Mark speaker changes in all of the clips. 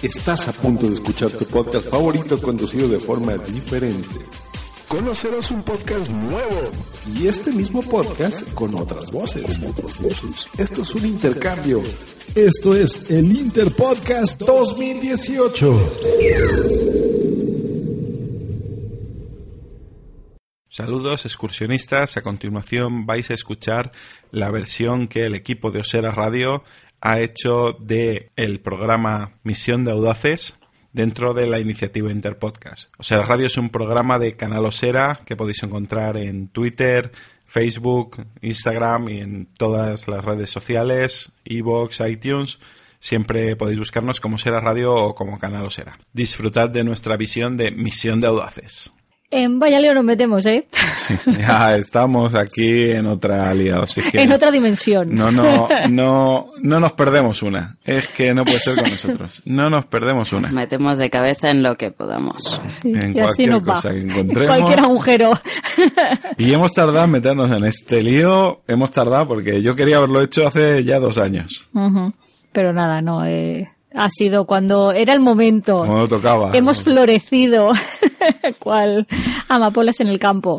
Speaker 1: Estás a punto de escuchar tu podcast favorito conducido de forma diferente. Conocerás un podcast nuevo y este mismo podcast con otras voces. Esto es un intercambio. Esto es el Interpodcast 2018.
Speaker 2: Saludos excursionistas, a continuación vais a escuchar la versión que el equipo de Osera Radio ha hecho de el programa Misión de Audaces dentro de la iniciativa Interpodcast. Osera Radio es un programa de Canal Osera que podéis encontrar en Twitter, Facebook, Instagram y en todas las redes sociales, iVoox, iTunes. Siempre podéis buscarnos como Osera Radio o como Canal Osera. Disfrutad de nuestra visión de Misión de Audaces.
Speaker 3: En vaya lío nos metemos, ¿eh?
Speaker 2: Ya estamos aquí en otra aliado, así que
Speaker 3: En otra dimensión.
Speaker 2: no, no, no, no nos perdemos una. Es que no puede ser con nosotros. No nos perdemos una.
Speaker 4: Metemos de cabeza en lo que podamos.
Speaker 3: Sí,
Speaker 2: en
Speaker 3: y así
Speaker 2: cualquier
Speaker 3: nos va.
Speaker 2: cosa que encontremos.
Speaker 3: Cualquier agujero.
Speaker 2: Y hemos tardado en meternos en este lío. Hemos tardado porque yo quería haberlo hecho hace ya dos años.
Speaker 3: Ujú. Pero nada, no. eh, ha sido cuando era el momento.
Speaker 2: Como no tocaba.
Speaker 3: Hemos florecido, cual amapolas en el campo.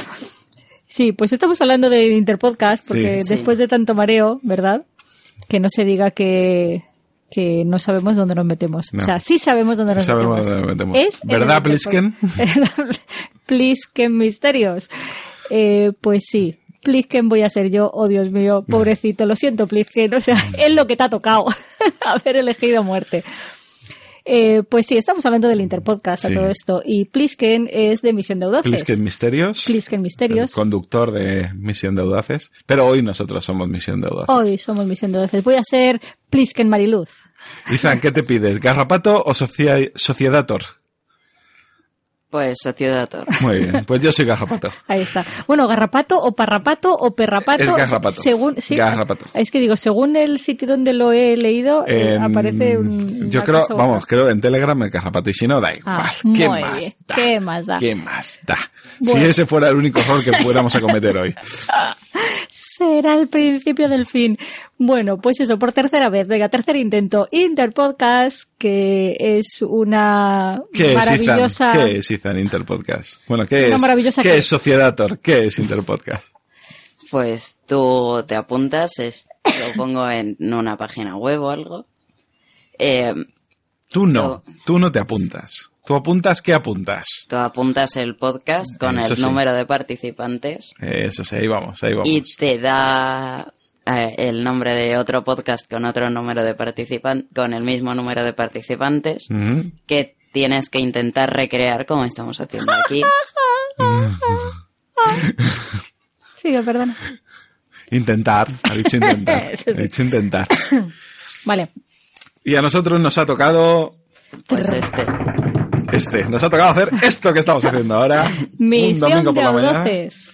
Speaker 3: Sí, pues estamos hablando de Interpodcast, porque
Speaker 2: Sí.
Speaker 4: Sí.
Speaker 3: después de tanto mareo, ¿verdad? Que no se diga que, que no sabemos dónde nos metemos.
Speaker 2: No.
Speaker 3: O sea, sí sabemos dónde nos
Speaker 2: Sabemos
Speaker 3: metemos.
Speaker 2: dónde nos metemos.
Speaker 3: Es en el
Speaker 2: ¿Verdad,
Speaker 3: Interpod- Plisken Misterios. Eh, pues sí. Plisken voy a ser yo, oh Dios mío, pobrecito, lo siento Plisken, o sea, es lo que te ha tocado, haber elegido muerte. Eh, pues sí, estamos hablando del Interpodcast
Speaker 2: Sí.
Speaker 3: a todo esto. Y Plisken es de Misión de Audaces.
Speaker 2: Plisken Misterios.
Speaker 3: Plisken Misterios.
Speaker 2: El conductor de Misión de Audaces. Pero hoy nosotros somos Misión de Audaces.
Speaker 3: Hoy somos Misión de Audaces. Voy a ser Plisken Mariluz.
Speaker 2: Izan, ¿qué te pides? ¿Garrapato o socia- Sociedator?
Speaker 4: Pues Sociedator.
Speaker 2: Muy bien, pues yo soy Garrapato.
Speaker 3: Ahí está. Bueno, garrapato o parrapato o perrapato.
Speaker 2: Es garrapato.
Speaker 3: Según, sí,
Speaker 2: Garrapato.
Speaker 3: Es que digo, según el sitio donde lo he leído, eh,
Speaker 2: En-
Speaker 3: aparece un.
Speaker 2: Yo
Speaker 3: una
Speaker 2: creo,
Speaker 3: cosa u otra.
Speaker 2: vamos, creo en Telegram el Garrapato y si no, da igual.
Speaker 3: Ah,
Speaker 2: ¿Qué,
Speaker 3: muy
Speaker 2: más
Speaker 3: bien.
Speaker 2: da?
Speaker 3: ¿Qué más da?
Speaker 2: ¿Qué más da?
Speaker 3: Bueno.
Speaker 2: Si ese fuera el único error que pudiéramos a cometer hoy.
Speaker 3: Será el principio del fin. Bueno, pues eso, por tercera vez. Venga, tercer intento. Interpodcast, que es una
Speaker 2: ¿Qué es Izan?
Speaker 3: maravillosa.
Speaker 2: ¿Qué es Izan Interpodcast? Bueno, ¿qué
Speaker 3: Una
Speaker 2: es?
Speaker 3: maravillosa
Speaker 2: ¿Qué
Speaker 3: que-
Speaker 2: es Sociedator? ¿Qué es Interpodcast?
Speaker 4: Pues tú te apuntas, es, lo pongo en una página web o algo. Eh,
Speaker 2: Tú no,
Speaker 4: No.
Speaker 2: tú no te apuntas. Tú apuntas, ¿qué apuntas?
Speaker 4: tú apuntas el podcast con
Speaker 2: Eso
Speaker 4: el
Speaker 2: sí.
Speaker 4: número de participantes
Speaker 2: Eso sí, ahí vamos, ahí vamos.
Speaker 4: y te da eh, el nombre de otro podcast con otro número de participantes, con el mismo número de participantes
Speaker 2: Ujú.
Speaker 4: que tienes que intentar recrear como estamos haciendo aquí.
Speaker 3: Sigue, perdona.
Speaker 2: Intentar, ha dicho intentar.
Speaker 3: Eso sí.
Speaker 2: Ha dicho intentar.
Speaker 3: Vale.
Speaker 2: Y a nosotros nos ha tocado
Speaker 4: Pues este.
Speaker 2: este. Nos ha tocado hacer esto que estamos haciendo ahora. un
Speaker 3: Misión
Speaker 2: domingo
Speaker 3: de
Speaker 2: por la mañana.
Speaker 3: audaces.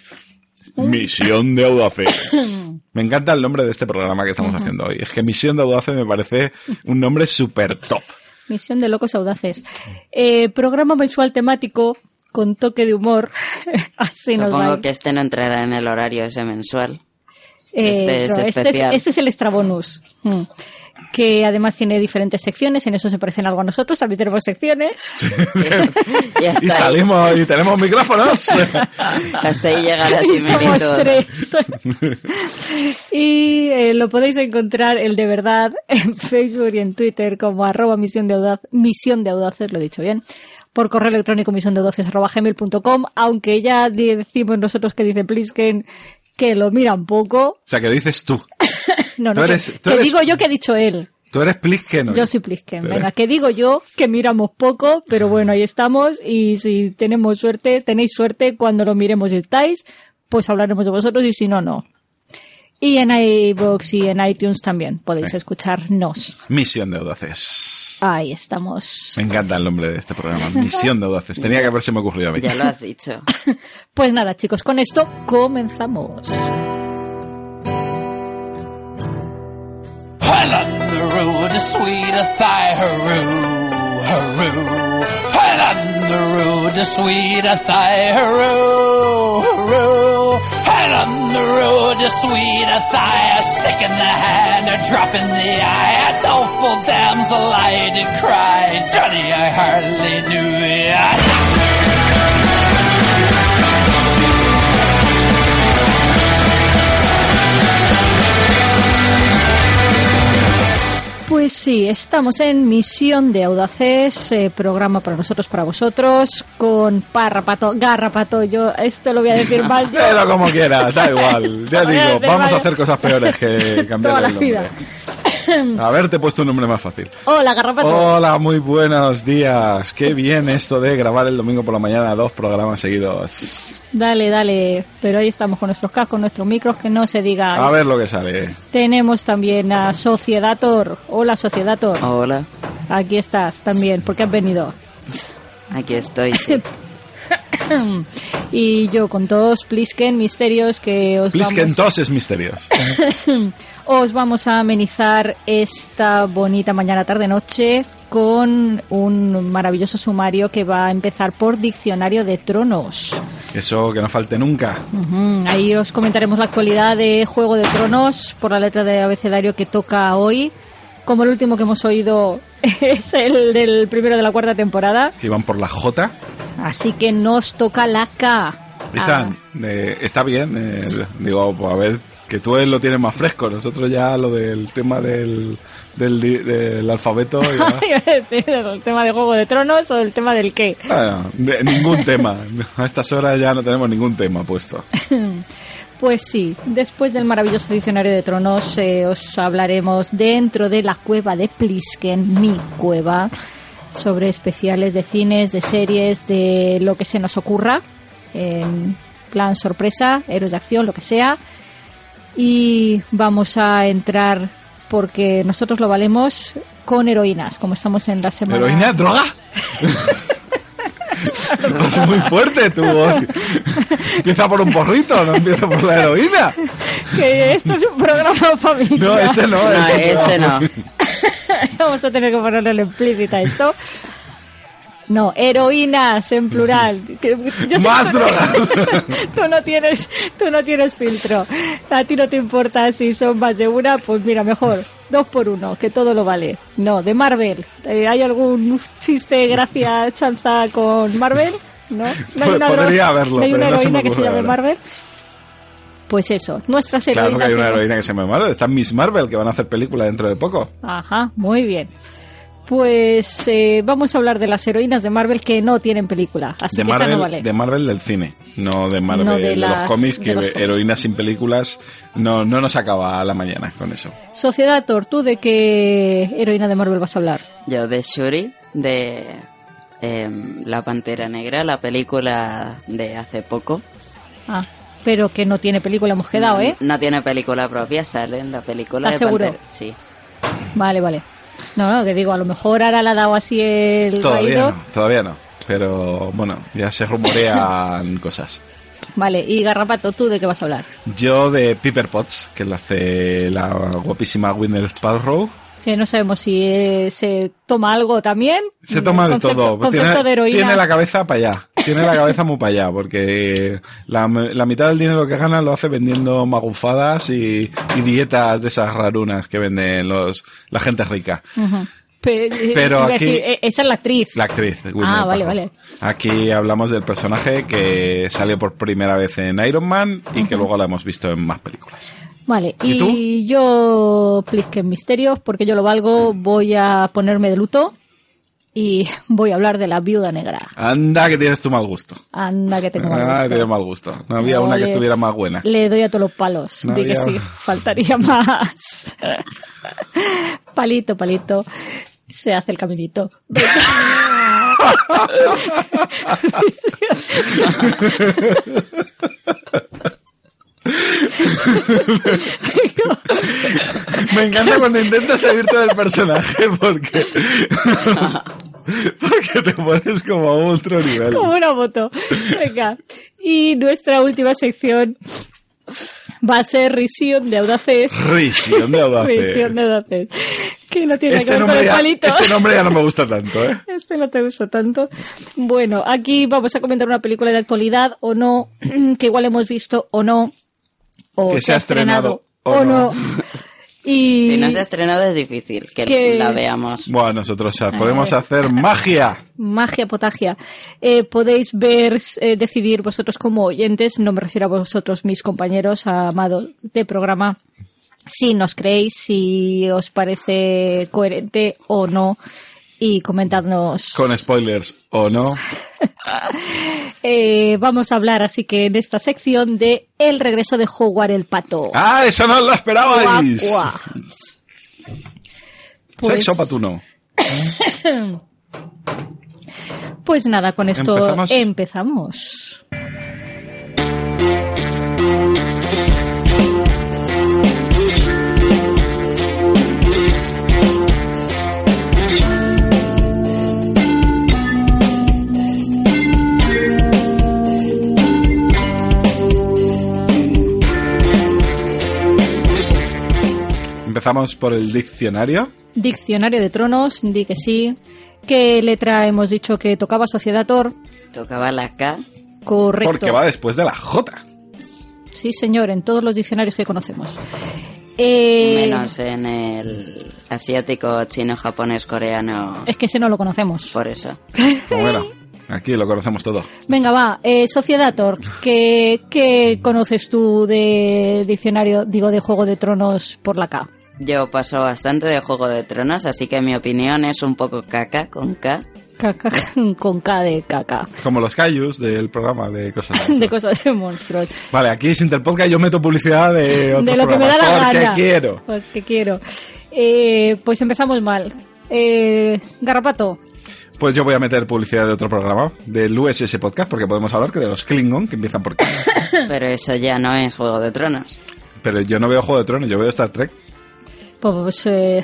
Speaker 2: Misión de Audaces. Me encanta el nombre de este programa que estamos haciendo hoy. Es que Misión de Audaces me parece un nombre súper top.
Speaker 3: Misión de locos audaces. Eh, programa mensual temático con toque de humor. Así nos va.
Speaker 4: Supongo que este no entrará en el horario ese mensual.
Speaker 3: Eh,
Speaker 4: este es
Speaker 3: este, es
Speaker 4: especial.
Speaker 3: este es el extra bonus. Mm. que además tiene diferentes secciones, en eso se parecen algo a nosotros, también tenemos secciones.
Speaker 4: y hasta
Speaker 2: Y
Speaker 4: ahí,
Speaker 2: salimos y tenemos micrófonos.
Speaker 4: hasta ahí llega la
Speaker 3: Y somos
Speaker 4: similitud.
Speaker 3: tres. y eh, lo podéis encontrar, el de verdad, en Facebook y en Twitter como arroba misión de audaz, misión de audaces, lo he dicho bien, por correo electrónico misión de audaces arroba gmail.com, aunque ya decimos nosotros que dice Plisken que lo mira un poco.
Speaker 2: O sea, que dices tú.
Speaker 3: No,
Speaker 2: Tú
Speaker 3: no, que-
Speaker 2: eres-
Speaker 3: que,
Speaker 2: tú eres-
Speaker 3: digo yo que ha dicho él.
Speaker 2: Tú eres Plisken.
Speaker 3: Yo soy Plisken,
Speaker 2: Pero-
Speaker 3: venga, que digo yo que miramos poco, pero bueno, ahí estamos y si tenemos suerte, tenéis suerte, cuando lo miremos y estáis, pues hablaremos de vosotros y si no, no. Y en iVoox y en iTunes también podéis
Speaker 2: Sí.
Speaker 3: escucharnos.
Speaker 2: Misión de Audaces.
Speaker 3: Ahí estamos.
Speaker 2: Me encanta el nombre de este programa. Misión de Audaces. Tenía que haberse me ocurrido a mí.
Speaker 4: Ya lo has dicho.
Speaker 3: Pues nada, chicos, con esto comenzamos.
Speaker 5: Well, on the road to sweet a thigh, hooroo, hooroo. Well, on the road to sweet a thigh, hooroo, hooroo. Well, on the road to sweet a thigh, a stick in the hand, a drop in the eye, a doleful damsel I did cry. Johnny, I hardly knew ya.
Speaker 3: Pues sí, estamos en Misión de Audaces, eh, programa para nosotros, para vosotros, con Parrapato, Garrapato, yo esto lo voy a decir mal yo.
Speaker 2: Pero como quieras, da igual. Ya
Speaker 3: Esto,
Speaker 2: digo,
Speaker 3: vale,
Speaker 2: vamos
Speaker 3: vale.
Speaker 2: a hacer cosas peores que cambiar
Speaker 3: Toda la
Speaker 2: el nombre. A ver, te he puesto un nombre más fácil.
Speaker 3: Hola, Garrapato.
Speaker 2: Hola, muy buenos días. Qué bien esto de grabar el domingo por la mañana dos programas seguidos.
Speaker 3: Dale, dale. Pero ahí estamos con nuestros cascos, nuestros micros, que no se diga.
Speaker 2: A ver lo que sale.
Speaker 3: Tenemos también a Sociedator. Hola, Sociedator.
Speaker 2: Oh.
Speaker 4: Hola,
Speaker 3: Aquí estás también, porque has venido.
Speaker 4: aquí estoy. sí.
Speaker 3: Y yo con todos Plisken Misterios que os vamos,
Speaker 2: Pliskentos misterios.
Speaker 3: os vamos a amenizar esta bonita mañana, tarde, noche con un maravilloso sumario que va a empezar por Diccionario de Tronos.
Speaker 2: Eso que no falte nunca.
Speaker 3: Ujú, Ahí os comentaremos la actualidad de Juego de Tronos por la letra de abecedario que toca hoy. Como el último que hemos oído es el del primero de la cuarta temporada.
Speaker 2: Que iban por la J.
Speaker 3: Así que nos toca la K.
Speaker 2: Izan, eh, está bien. eh, digo, pues a ver, que tú lo tienes más fresco. Nosotros ya lo del tema del, del, di- del alfabeto.
Speaker 3: Ah,
Speaker 2: ya-
Speaker 3: ¿El tema de Juego de Tronos o el tema del qué?
Speaker 2: Bueno, de- ningún tema. A estas horas ya no tenemos ningún tema puesto.
Speaker 3: Pues sí, después del maravilloso diccionario de tronos eh, os hablaremos dentro de la cueva de Plisken, mi cueva, sobre especiales de cines, de series, de lo que se nos ocurra, en plan sorpresa, héroes de acción, lo que sea. Y vamos a entrar, porque nosotros lo valemos, con heroínas, como estamos en la semana...
Speaker 2: ¿Heroína? ¿Droga? Es muy fuerte tu voz. Empieza por un porrito, no empieza por la heroína.
Speaker 3: Que esto es un programa familiar.
Speaker 2: No, este no.
Speaker 4: No,
Speaker 2: es otro.
Speaker 4: este no.
Speaker 3: Vamos a tener que ponerle la implícita a esto. No, heroínas en plural. Que- yo sé
Speaker 2: Más
Speaker 3: que tú no-
Speaker 2: drogas.
Speaker 3: tú no tienes, tú no tienes filtro. A ti no te importa si son más de una, pues mira, mejor dos por uno, que todo lo vale. No, de Marvel. Eh, ¿Hay algún chiste, gracia, chanza con Marvel? No, no hay
Speaker 2: Pod-
Speaker 3: una, dro-
Speaker 2: podría haberlo,
Speaker 3: ¿no hay
Speaker 2: pero
Speaker 3: una
Speaker 2: no se me
Speaker 3: heroína que se
Speaker 2: ocurre
Speaker 3: llame
Speaker 2: ahora.
Speaker 3: Marvel. Pues eso, nuestras heroínas.
Speaker 2: Claro que hay una
Speaker 3: en-
Speaker 2: heroína que se llama Marvel. Está Miss Marvel, que van a hacer película dentro de poco.
Speaker 3: Ajá, muy bien. Pues eh, vamos a hablar de las heroínas de Marvel que no tienen película, así
Speaker 2: De
Speaker 3: que
Speaker 2: Marvel,
Speaker 3: esa no vale.
Speaker 2: de Marvel del cine, no de Marvel
Speaker 3: No de
Speaker 2: de,
Speaker 3: las-
Speaker 2: los cómics, que
Speaker 3: de los cómics.
Speaker 2: heroínas sin películas no, no nos acaba la mañana con eso.
Speaker 3: Sociedad Thor, ¿tú de qué heroína de Marvel vas a hablar?
Speaker 4: Yo de Shuri, de em, La Pantera Negra, la película de hace poco.
Speaker 3: Ah, pero que no tiene película, hemos quedado, ¿eh?
Speaker 4: No tiene película propia, sale en la película
Speaker 3: ¿Estás
Speaker 4: de
Speaker 3: seguro?
Speaker 4: Pantera. Sí.
Speaker 3: Vale, vale. No, no, que digo, a lo mejor ahora le ha dado así el
Speaker 2: Todavía
Speaker 3: raído.
Speaker 2: no, todavía no. Pero bueno, ya se rumorean cosas.
Speaker 3: Vale, y Garrapato, ¿tú de qué vas a hablar?
Speaker 2: Yo de Piper Potts, que la hace la guapísima Gwyneth Paltrow.
Speaker 3: Que no sabemos si eh, se toma algo también.
Speaker 2: Se toma
Speaker 3: El
Speaker 2: de
Speaker 3: concepto-
Speaker 2: todo.
Speaker 3: Concepto
Speaker 2: Tiene,
Speaker 3: de heroína.
Speaker 2: tiene la cabeza para allá. tiene la cabeza muy para allá, porque la, la mitad del dinero que gana lo hace vendiendo magufadas y, y dietas de esas rarunas que venden los, la gente rica.
Speaker 3: Pero,
Speaker 2: Pero
Speaker 3: iba a
Speaker 2: aquí-
Speaker 3: decir, eh, esa es la actriz.
Speaker 2: La actriz. Gwyneth
Speaker 3: Ah, vale,
Speaker 2: Paltrow.
Speaker 3: vale.
Speaker 2: Aquí hablamos del personaje que salió por primera vez en Iron Man y que luego la hemos visto en más películas.
Speaker 3: Vale,
Speaker 2: ¿Y tú?
Speaker 3: y, yo, Plisken Misterios, porque yo lo valgo, voy a ponerme de luto y voy a hablar de la viuda negra.
Speaker 2: Anda, que tienes tu mal gusto.
Speaker 3: Anda, que tengo mal
Speaker 2: Ah,
Speaker 3: gusto.
Speaker 2: tienes mal gusto. No había
Speaker 3: Yo
Speaker 2: una que
Speaker 3: le-
Speaker 2: estuviera más buena.
Speaker 3: Le doy a todos los palos.
Speaker 2: No
Speaker 3: di que
Speaker 2: había-
Speaker 3: sí, faltaría más. palito, palito. Se hace el caminito.
Speaker 2: Me encanta cuando intentas salirte del personaje porque. porque te pones como a otro nivel.
Speaker 3: Como una moto. Venga. Y nuestra última sección va a ser Risión de Audaces.
Speaker 2: Risión de
Speaker 3: Risión de
Speaker 2: audaces.
Speaker 3: Audaces. Que no tiene
Speaker 2: Este
Speaker 3: que ver con
Speaker 2: nombre,
Speaker 3: el
Speaker 2: ya,
Speaker 3: palito.
Speaker 2: este nombre ya no me gusta tanto, ¿eh?
Speaker 3: Este no te gusta tanto. Bueno, aquí vamos a comentar una película de actualidad o no, que igual hemos visto o no, o
Speaker 2: Que se ha estrenado
Speaker 3: o,
Speaker 2: o no.
Speaker 3: no. Y
Speaker 4: Si no se ha estrenado es difícil que
Speaker 3: Que-
Speaker 4: la veamos.
Speaker 2: Bueno, nosotros ya podemos hacer magia.
Speaker 3: magia potagia. Eh, podéis ver, eh, decidir vosotros como oyentes, no me refiero a vosotros, mis compañeros amados de programa, si nos creéis, si os parece coherente o no. Y comentadnos
Speaker 2: Con spoilers o no.
Speaker 3: Eh, vamos a hablar así que en esta sección de El regreso de Howard el pato.
Speaker 2: ¡Ah, eso no lo esperabais!
Speaker 3: Guau, guau. Pues,
Speaker 2: Sexo patuno.
Speaker 3: pues nada, con esto
Speaker 2: ¿Empezamos?
Speaker 3: empezamos.
Speaker 2: Empezamos por el diccionario.
Speaker 3: Diccionario de Tronos, di que sí. ¿Qué letra hemos dicho que tocaba Sociedad Thor?
Speaker 4: Tocaba la K.
Speaker 3: Correcto.
Speaker 2: Porque va después de la J.
Speaker 3: Sí, señor, en todos los diccionarios que conocemos. Eh,
Speaker 4: Menos en el asiático, chino, japonés, coreano.
Speaker 3: Es que ese no lo conocemos.
Speaker 4: Por eso.
Speaker 2: Bueno, aquí lo conocemos todo.
Speaker 3: Venga, va, eh, Sociedad Thor, ¿qué, qué conoces tú de diccionario, digo, de Juego de Tronos por la K?
Speaker 4: Yo paso bastante de Juego de Tronos, así que mi opinión es un poco caca con K.
Speaker 3: Caca, con K de caca.
Speaker 2: Como los Cayus del programa de cosas. de esas.
Speaker 3: De cosas de monstruos.
Speaker 2: Vale, aquí sin Interpodcast yo meto publicidad de otro
Speaker 3: de lo que me da
Speaker 2: programa,
Speaker 3: la
Speaker 2: porque
Speaker 3: gana.
Speaker 2: quiero.
Speaker 3: Porque quiero. Eh, pues empezamos mal. Eh, Garrapato.
Speaker 2: Pues yo voy a meter publicidad de otro programa, del USS Podcast, porque podemos hablar que de los Klingon, que empiezan por K.
Speaker 4: Pero eso ya no es Juego de Tronos.
Speaker 2: Pero yo no veo Juego de Tronos, yo veo Star Trek.
Speaker 3: Pues. eh,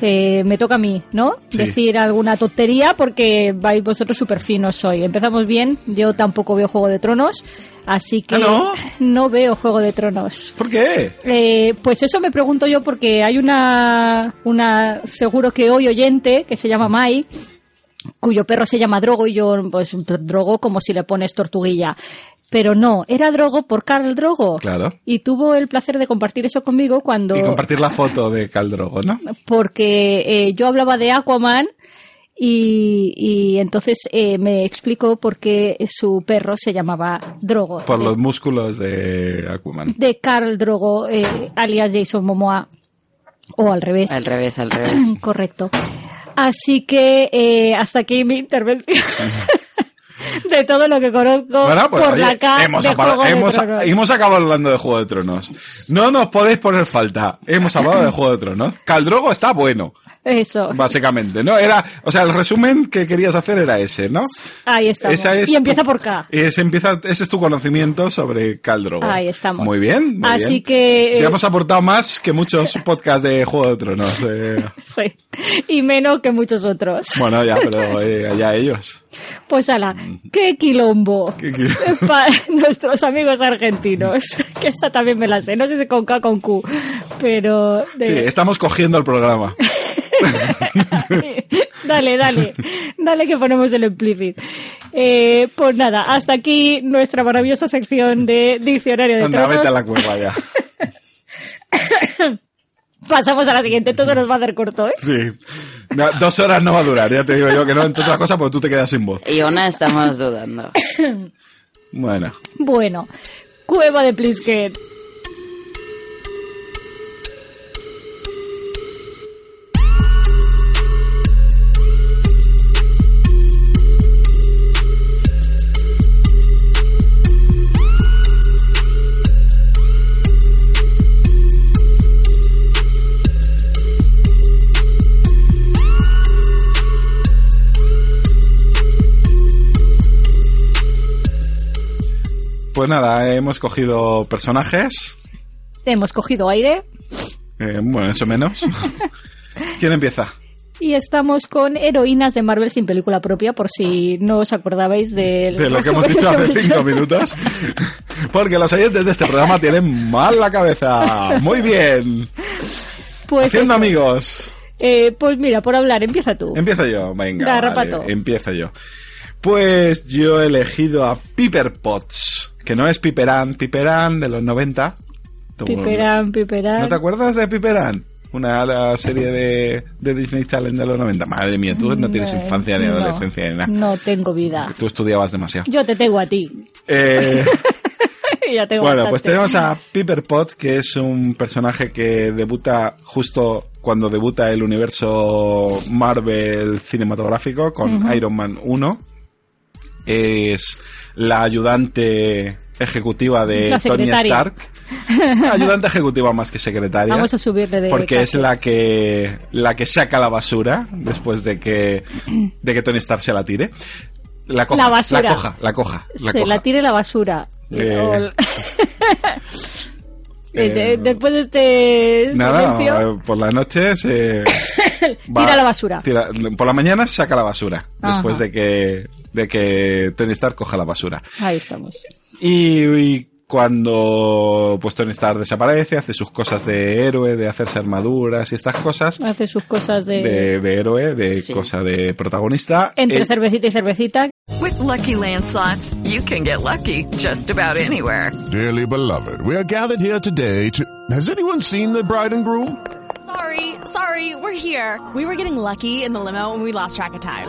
Speaker 3: eh, me toca a mí, ¿no?
Speaker 2: Sí.
Speaker 3: Decir alguna tontería porque vais vosotros súper finos hoy. Empezamos bien, yo tampoco veo Juego de Tronos, así que
Speaker 2: ¿Ah, no?
Speaker 3: no veo Juego de Tronos.
Speaker 2: ¿Por qué?
Speaker 3: Eh, pues eso me pregunto yo porque hay una, una seguro que hoy oyente que se llama Mai cuyo perro se llama Drogo y yo pues Drogo como si le pones tortuguilla. Pero no, era Drogo por Carl Drogo.
Speaker 2: Claro.
Speaker 3: Y tuvo el placer de compartir eso conmigo cuando
Speaker 2: Y compartir la foto de Caldrogo, ¿no?
Speaker 3: porque eh, yo hablaba de Aquaman y, y entonces eh, me explicó por qué su perro se llamaba Drogo.
Speaker 2: Por
Speaker 3: de-
Speaker 2: los músculos de Aquaman.
Speaker 3: de Carl Drogo, eh, alias Jason Momoa, o al revés.
Speaker 4: Al revés, al revés.
Speaker 3: Correcto. Así que eh, hasta aquí mi intervención. de todo lo que conozco
Speaker 2: Bueno, pues,
Speaker 3: por
Speaker 2: oye,
Speaker 3: la cara
Speaker 2: hemos,
Speaker 3: de
Speaker 2: apara-
Speaker 3: Juego de
Speaker 2: hemos-
Speaker 3: Tronos.
Speaker 2: hemos acabado hablando de Juego de Tronos. No nos podéis poner falta. Hemos hablado de Juego de Tronos. Caldrogo está bueno,
Speaker 3: Eso,
Speaker 2: básicamente, ¿no? Era, o sea, el resumen que querías hacer era ese, ¿no?
Speaker 3: ahí estamos.
Speaker 2: Esa es
Speaker 3: y empieza
Speaker 2: tu-
Speaker 3: por K.
Speaker 2: Ese, empieza, ese es tu conocimiento sobre Caldrogo.
Speaker 3: Ahí estamos.
Speaker 2: Muy bien. muy
Speaker 3: Así
Speaker 2: bien.
Speaker 3: que, eh,
Speaker 2: Ya hemos aportado más que muchos podcasts de Juego de Tronos. eh.
Speaker 3: Sí. Y menos que muchos otros.
Speaker 2: Bueno, ya, pero eh, allá ellos.
Speaker 3: Pues ala, qué quilombo.
Speaker 2: Qué quilombo.
Speaker 3: Para nuestros amigos argentinos. Que esa también me la sé. No sé si con K o con Q. Pero. de-
Speaker 2: Sí, estamos cogiendo el programa.
Speaker 3: dale, dale. Dale que ponemos el implícit. Eh, pues nada, hasta aquí nuestra maravillosa sección de diccionario de
Speaker 2: Anda, vete a
Speaker 3: tronos.
Speaker 2: la cueva ya.
Speaker 3: Pasamos a la siguiente, todo nos va a hacer corto, ¿eh?
Speaker 2: Sí. No, dos horas no va a durar, ya te digo yo que no, entre otras cosas, porque tú te quedas sin voz.
Speaker 4: Y una estamos dudando.
Speaker 2: Bueno,
Speaker 3: Bueno, cueva de Plisket.
Speaker 2: pues nada, hemos cogido personajes,
Speaker 3: Hemos cogido aire
Speaker 2: eh, bueno, eso menos. ¿Quién empieza?
Speaker 3: y estamos con heroínas de Marvel sin película propia, por si no os acordabais del
Speaker 2: De lo que
Speaker 3: resto
Speaker 2: hemos dicho
Speaker 3: hemos
Speaker 2: hace cinco
Speaker 3: hecho.
Speaker 2: minutos. Porque los oyentes de este programa tienen mal la cabeza. Muy bien.
Speaker 3: Pues,
Speaker 2: Haciendo
Speaker 3: eso.
Speaker 2: amigos.
Speaker 3: Eh, pues mira, por hablar, empieza tú.
Speaker 2: Empiezo yo, venga.
Speaker 3: Garrapato.
Speaker 2: vale, empiezo yo. Pues yo he elegido a Piper Potts, que no es Piperán, Piperán de los 90. Tú-
Speaker 3: Piperán, piperán.
Speaker 2: ¿No te acuerdas de Piperán? Una la serie de, de Disney Challenge de los 90. Madre mía, tú no tienes
Speaker 3: Eh,
Speaker 2: infancia ni
Speaker 3: no,
Speaker 2: adolescencia ni nada.
Speaker 3: No tengo vida.
Speaker 2: Tú estudiabas demasiado.
Speaker 3: Yo te tengo a ti.
Speaker 2: Eh,
Speaker 3: ya tengo
Speaker 2: Bueno,
Speaker 3: bastante.
Speaker 2: pues tenemos a Piper Potts, que es un personaje que debuta justo cuando debuta el universo Marvel cinematográfico con Iron Man 1. Es la ayudante ejecutiva de
Speaker 3: La
Speaker 2: Tony
Speaker 3: secretaria.
Speaker 2: Stark. Ayudante ejecutiva más que secretaria.
Speaker 3: Vamos a subirle de
Speaker 2: Porque es
Speaker 3: clase.
Speaker 2: la que, la que saca la basura después de que, de que Tony Stark se la tire. La coja,
Speaker 3: La basura.
Speaker 2: La coja, la coja. la
Speaker 3: Se
Speaker 2: coja.
Speaker 3: la tire la basura.
Speaker 2: Eh,
Speaker 3: O el- Eh, de-
Speaker 2: Eh,
Speaker 3: Después de este silencio,
Speaker 2: Nada, eh, por las noches eh,
Speaker 3: Tira la basura.
Speaker 2: tira- por la mañana saca la basura.
Speaker 3: Ajá.
Speaker 2: Después de que, de que Tony Stark coja la basura.
Speaker 3: ahí estamos.
Speaker 2: Y, y cuando pues Tony Stark desaparece, hace sus cosas de héroe, de hacerse armaduras y estas cosas.
Speaker 3: Hace sus cosas de...
Speaker 2: De, de héroe, de
Speaker 4: Sí.
Speaker 2: cosa de protagonista.
Speaker 3: Entre
Speaker 2: Eh,
Speaker 3: cervecita y cervecita.
Speaker 6: With Lucky Land slots, you can get lucky just about anywhere.
Speaker 7: Dearly beloved, we are gathered here today to. Has anyone seen the bride and groom?
Speaker 8: Sorry, sorry, we're here. We were getting lucky in the limo and we lost track of time.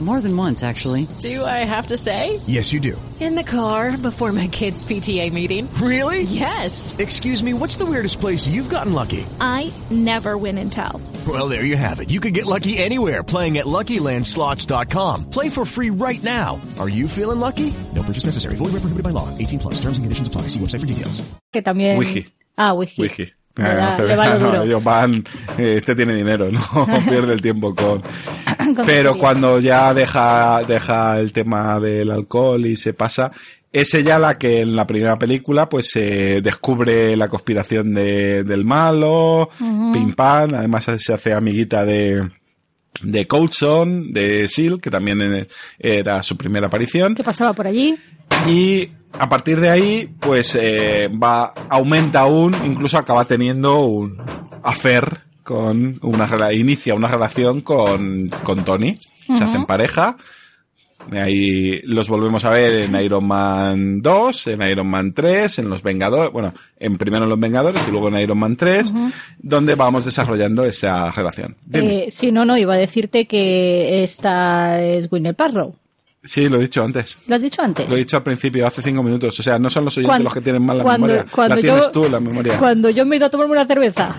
Speaker 6: More than once, actually.
Speaker 8: Do I have to say?
Speaker 9: Yes, you do.
Speaker 8: In the car before my kids' PTA meeting.
Speaker 9: Really?
Speaker 8: Yes.
Speaker 9: Excuse me, what's the weirdest place you've gotten lucky?
Speaker 8: I never win and tell.
Speaker 9: Well, there you have it. You can get lucky anywhere playing at LuckyLandSlots.com. Play for free right now. Are you feeling lucky? No purchase necessary. Void where prohibited by law. 18 plus. Terms and conditions apply. See website for details.
Speaker 3: Que también...
Speaker 2: Wiki.
Speaker 3: Ah, wiki.
Speaker 2: Wiki.
Speaker 3: Le da-
Speaker 2: Eh, no,
Speaker 3: le va
Speaker 2: cerveza,
Speaker 3: lo
Speaker 2: no,
Speaker 3: duro.
Speaker 2: ellos van, eh, este tiene dinero, no pierde el tiempo con...
Speaker 3: Con
Speaker 2: Pero
Speaker 3: cerveza.
Speaker 2: cuando ya deja, deja el tema del alcohol y se pasa, es ella la que en la primera película pues se descubre la conspiración de- del malo, pim pam, además se hace amiguita de, de Coulson, de Seal, que también eh, era su primera aparición.
Speaker 3: ¿Qué pasaba por allí?
Speaker 2: Y a partir de ahí, pues eh, va, aumenta aún, incluso acaba teniendo un affair con una rela- inicia una relación con, con Tony. Se hacen pareja. De Ahí los volvemos a ver en Iron Man 2, en Iron Man 3, en Los Vengadores, bueno, en primero en Los Vengadores y luego en Iron Man 3, donde vamos desarrollando esa relación. Dime.
Speaker 3: Eh, si no, no, iba a decirte que esta es Winner Parrow.
Speaker 2: sí, lo he dicho antes.
Speaker 3: ¿Lo has dicho antes?
Speaker 2: Lo he dicho al principio, hace cinco minutos. O sea, no son los oyentes
Speaker 3: Cuan-
Speaker 2: los que tienen mal la
Speaker 3: cuando-
Speaker 2: memoria.
Speaker 3: cuando
Speaker 2: la
Speaker 3: yo-
Speaker 2: tienes tú, la memoria.
Speaker 3: Cuando yo me he ido a tomarme una cerveza.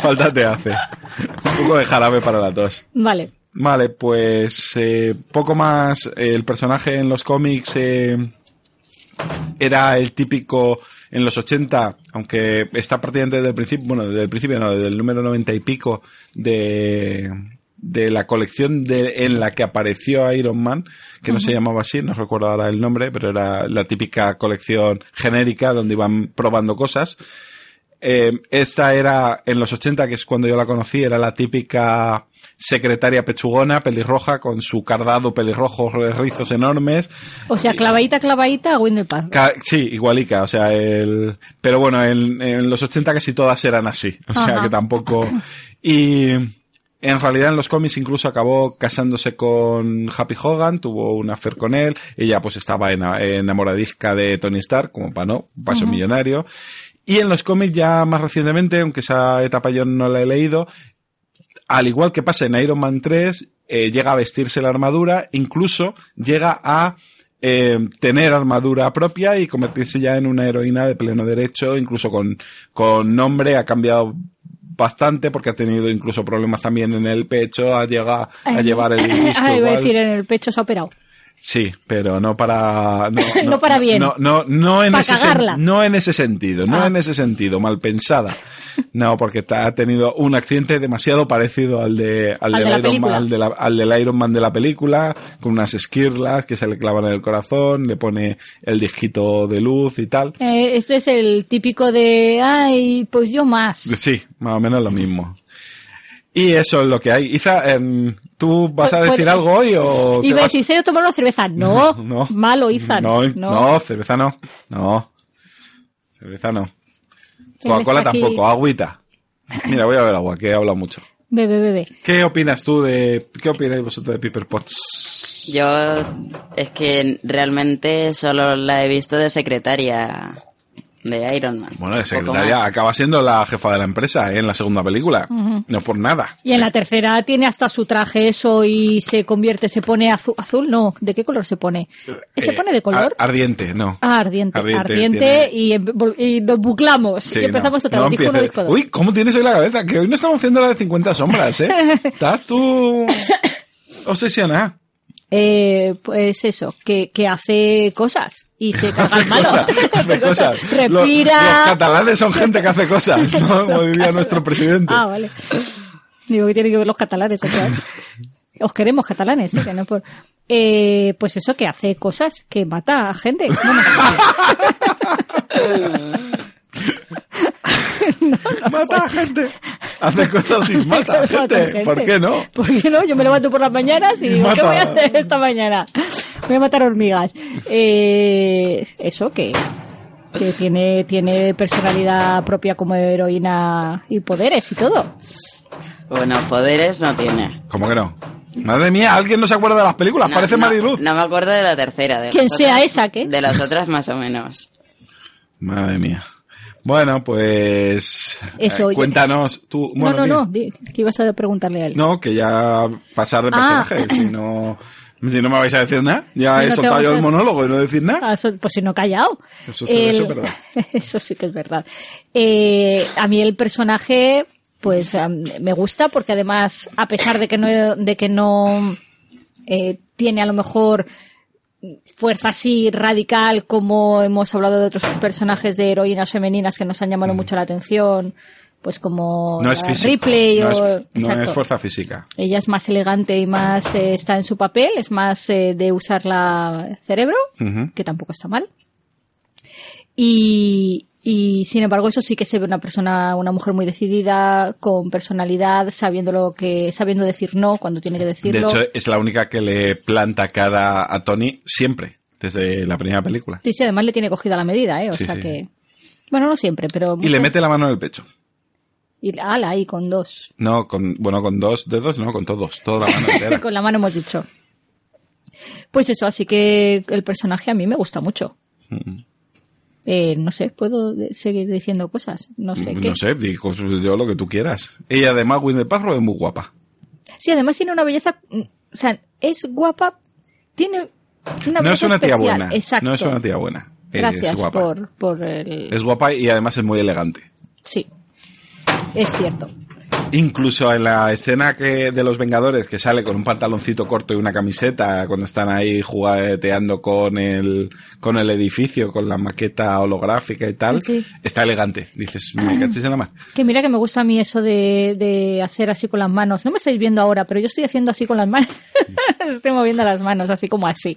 Speaker 2: Falta te hace. Un poco de jarabe para la tos.
Speaker 3: vale.
Speaker 2: Vale, pues eh, poco más. eh, el personaje en los cómics eh, era el típico en los 80, aunque está prácticamente desde el principio, bueno, desde el principio no, desde el número 90 y pico de de la colección de, en la que apareció Iron Man, que no
Speaker 10: Ujú.
Speaker 2: se llamaba así, no recuerdo ahora el nombre, pero era la típica colección genérica donde iban probando cosas. Eh, esta era en los 80, que es cuando yo la conocí, era la típica secretaria pechugona, pelirroja, con su cardado pelirrojo, rizos enormes,
Speaker 3: O sea, clavadita, clavadita a Winnie Paz.
Speaker 2: Ca- sí, igualica, o sea, el... Pero bueno, en, en los 80 casi todas eran así, o sea,
Speaker 3: Ajá.
Speaker 2: que tampoco... Y en realidad en los cómics incluso acabó casándose con Happy Hogan, tuvo una affair con él, ella pues estaba ena- enamoradizca de Tony Stark, como para no, paso
Speaker 10: Ujú.
Speaker 2: millonario. Y en los cómics ya más recientemente, aunque esa etapa yo no la he leído, al igual que pasa en Iron Man 3, eh, llega a vestirse la armadura, incluso llega a eh, tener armadura propia y convertirse ya en una heroína de pleno derecho, incluso con, con nombre, ha cambiado bastante porque ha tenido incluso problemas también en el pecho, ha llegado a llevar el disco
Speaker 3: Ah, iba a
Speaker 2: igual.
Speaker 3: decir, en el pecho se ha operado.
Speaker 2: Sí, pero no para no,
Speaker 3: No para bien.
Speaker 2: No, no, no en
Speaker 3: Pa'
Speaker 2: ese sen-
Speaker 3: cagarla. Ah.
Speaker 2: no en ese sentido, no en ese sentido, mal pensada. No, porque ta- ha tenido un accidente demasiado parecido al de
Speaker 10: Al
Speaker 2: al, del
Speaker 10: de la
Speaker 2: Iron Man,
Speaker 10: película.
Speaker 2: al, de la- al del Iron Man de la película, con unas esquirlas que se le clavan en el corazón, le pone el disquito de luz y tal.
Speaker 3: Eh, este es el típico de, ay, pues yo más.
Speaker 2: Sí, más o menos lo mismo. Y eso es lo que hay. Iza, em, ¿tú vas a
Speaker 3: Pues-
Speaker 2: decir algo hoy o te
Speaker 3: Iba a
Speaker 2: vas-
Speaker 3: decir, ¿se ha ido a tomar una cerveza? No,
Speaker 2: No.
Speaker 3: Oh, malo, Izan.
Speaker 2: No,
Speaker 3: No,
Speaker 2: no, cerveza no. No. Cerveza no.
Speaker 3: está
Speaker 2: Coca-Cola
Speaker 3: aquí.
Speaker 2: tampoco, agüita. Mira, voy a ver agua, que he hablado mucho.
Speaker 3: Bebe, bebe.
Speaker 2: ¿Qué opinas tú de qué opináis vosotros de Piper Potts?
Speaker 4: Yo es que realmente solo la he visto de secretaria de Iron Man.
Speaker 2: Bueno, de
Speaker 4: Poco
Speaker 2: secretaria
Speaker 4: más.
Speaker 2: acaba siendo la jefa de la empresa ¿eh? en la segunda película.
Speaker 3: Ujú.
Speaker 2: No por nada.
Speaker 3: Y en la tercera tiene hasta su traje eso y se convierte, se pone azu- azul, no, ¿de qué color se pone? ¿Se
Speaker 2: Eh,
Speaker 3: pone de color?
Speaker 2: ar- ardiente, no.
Speaker 3: Ah, ardiente,
Speaker 2: Ardiente,
Speaker 3: ardiente,
Speaker 2: tiene-
Speaker 3: y, em- vol- y nos buclamos
Speaker 2: Sí,
Speaker 3: y empezamos
Speaker 2: no.
Speaker 3: otra
Speaker 2: No
Speaker 3: vez, disco uno,
Speaker 2: empieces.
Speaker 3: disco dos.
Speaker 2: Uy, ¿cómo tienes hoy la cabeza? Que hoy no estamos haciendo la de 50 sombras, ¿eh? Estás tú obsesionada.
Speaker 3: Eh, pues eso, que, que hace cosas y se carga al malo.
Speaker 2: hace cosas.
Speaker 3: Respira.
Speaker 2: Los, los catalanes son gente que hace cosas, ¿no? como diría nuestro presidente.
Speaker 3: Ah, vale. Digo que tiene que ver los catalanes. o sea, Os queremos catalanes, ¿eh? que no por- Eh, pues eso, que hace cosas, que mata a gente. Bueno,
Speaker 2: mata a gente. Hace cosas y mata a gente.
Speaker 3: gente.
Speaker 2: ¿Por qué no?
Speaker 3: ¿Por qué no? Yo me levanto por las mañanas y digo,
Speaker 2: Mata.
Speaker 3: ¿qué voy a hacer esta mañana? Voy a matar hormigas. Eh, eso que, que tiene, tiene personalidad propia como heroína y poderes y todo.
Speaker 4: Bueno, poderes no tiene.
Speaker 2: ¿Cómo que no? Madre mía, ¿alguien no se acuerda de las películas?
Speaker 4: No,
Speaker 2: Ah, Parece
Speaker 4: no,
Speaker 2: Mariluz.
Speaker 4: No me acuerdo de la tercera. De
Speaker 3: Quien
Speaker 4: las
Speaker 3: sea
Speaker 4: otras-
Speaker 3: esa, ¿qué?
Speaker 4: De las otras más o menos.
Speaker 2: Madre mía. Bueno, pues...
Speaker 3: Eso,
Speaker 2: eh,
Speaker 3: oye.
Speaker 2: cuéntanos tú... bueno,
Speaker 3: no,
Speaker 2: di-
Speaker 3: no, no, di- que ibas a preguntarle a él.
Speaker 2: No, que ya pasar de
Speaker 3: Ah.
Speaker 2: personaje. Si, no, si no me vais a decir nada, ya
Speaker 3: No,
Speaker 2: he
Speaker 3: no te
Speaker 2: soltado
Speaker 3: vas
Speaker 2: yo
Speaker 3: a-
Speaker 2: el monólogo y no decir nada.
Speaker 3: Ah, eso- pues si no callado.
Speaker 2: Eso sí- eso es verdad.
Speaker 3: eso sí que es verdad. Eh, a mí el personaje, pues am, me gusta porque además, a pesar de que no, de que no eh, tiene a lo mejor fuerza así radical como hemos hablado de otros personajes de heroínas femeninas que nos han llamado mucho la atención, pues como
Speaker 2: Mm. No es
Speaker 3: la
Speaker 2: físico.
Speaker 3: Ripley
Speaker 2: no
Speaker 3: o
Speaker 2: es- no es
Speaker 3: Exacto.
Speaker 2: fuerza física.
Speaker 3: Ella es más elegante y más eh, está en su papel, es más eh, de usar la cerebro,
Speaker 2: Ujú.
Speaker 3: que tampoco está mal. Y, y, sin embargo, eso sí que se ve una persona, una mujer muy decidida, con personalidad, sabiendo lo que, sabiendo decir no cuando tiene que
Speaker 2: De
Speaker 3: decirlo.
Speaker 2: hecho, es la única que le planta cara a Tony siempre, desde la primera película.
Speaker 3: Sí, sí, además le tiene cogida la medida, eh, o
Speaker 2: Sí,
Speaker 3: sea
Speaker 2: sí.
Speaker 3: que, bueno, no siempre, pero
Speaker 2: Y le mete la mano en el pecho.
Speaker 3: y ala ahí con dos,
Speaker 2: No, con, bueno, con dos dedos, no, con todos, toda la mano entera.
Speaker 3: con la mano hemos dicho. Pues eso, así que el personaje a mí me gusta mucho.
Speaker 2: Mm.
Speaker 3: Eh, no sé, puedo de- seguir diciendo cosas. No sé qué.
Speaker 2: Mm, No sé, digo yo lo que tú quieras. Y además, Winnie Paltrow es muy guapa.
Speaker 3: Sí, además tiene una belleza. mm, O sea, es guapa. Tiene una belleza.
Speaker 2: no es una tía
Speaker 3: especial.
Speaker 2: buena.
Speaker 3: Exacto.
Speaker 2: No es una tía buena. Es
Speaker 3: Gracias
Speaker 2: guapa.
Speaker 3: por, por el.
Speaker 2: Es guapa y además es muy elegante.
Speaker 3: Sí. Es cierto.
Speaker 2: Incluso en la escena que de los Vengadores que sale con un pantaloncito corto y una camiseta cuando están ahí jugueteando con el con el edificio, con la maqueta holográfica y tal,
Speaker 3: Sí.
Speaker 2: está elegante. Dices, me cachis en la mar.
Speaker 3: Que mira que me gusta a mí eso de, de hacer así con las manos. No me estáis viendo ahora, pero yo estoy haciendo así con las manos. estoy moviendo las manos, así como así.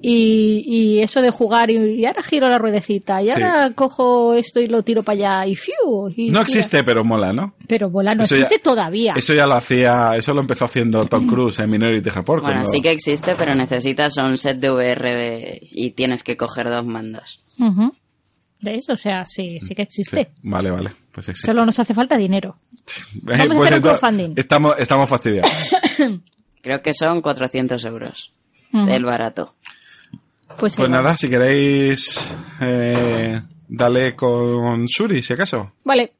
Speaker 3: Y, y eso de jugar y, y ahora giro la ruedecita
Speaker 2: Sí.
Speaker 3: y ahora cojo esto y lo tiro para allá y fiu. y
Speaker 2: No
Speaker 3: gira.
Speaker 2: existe, pero mola, ¿no?
Speaker 3: Pero volar no
Speaker 2: Eso ya-
Speaker 3: existe todavía.
Speaker 2: Eso ya lo hacía, eso lo empezó haciendo Tom Cruise en Minority Report.
Speaker 4: Bueno,
Speaker 2: cuando-
Speaker 4: sí que existe, pero necesitas un set de VR de- y tienes que coger dos mandos.
Speaker 3: Ujú. De eso, o sea, sí, sí que existe.
Speaker 2: Vale, vale, pues existe.
Speaker 3: Solo nos hace falta dinero.
Speaker 2: Eh,
Speaker 3: vamos a hacer un
Speaker 2: entonces,
Speaker 3: crowdfunding.
Speaker 2: Estamos, estamos fastidiados.
Speaker 4: Creo que son 400 euros.
Speaker 3: Ujú.
Speaker 4: El barato.
Speaker 3: Pues,
Speaker 2: Pues
Speaker 3: ahí va.
Speaker 2: nada, si queréis, eh, dale con Suri, si acaso.
Speaker 3: Vale.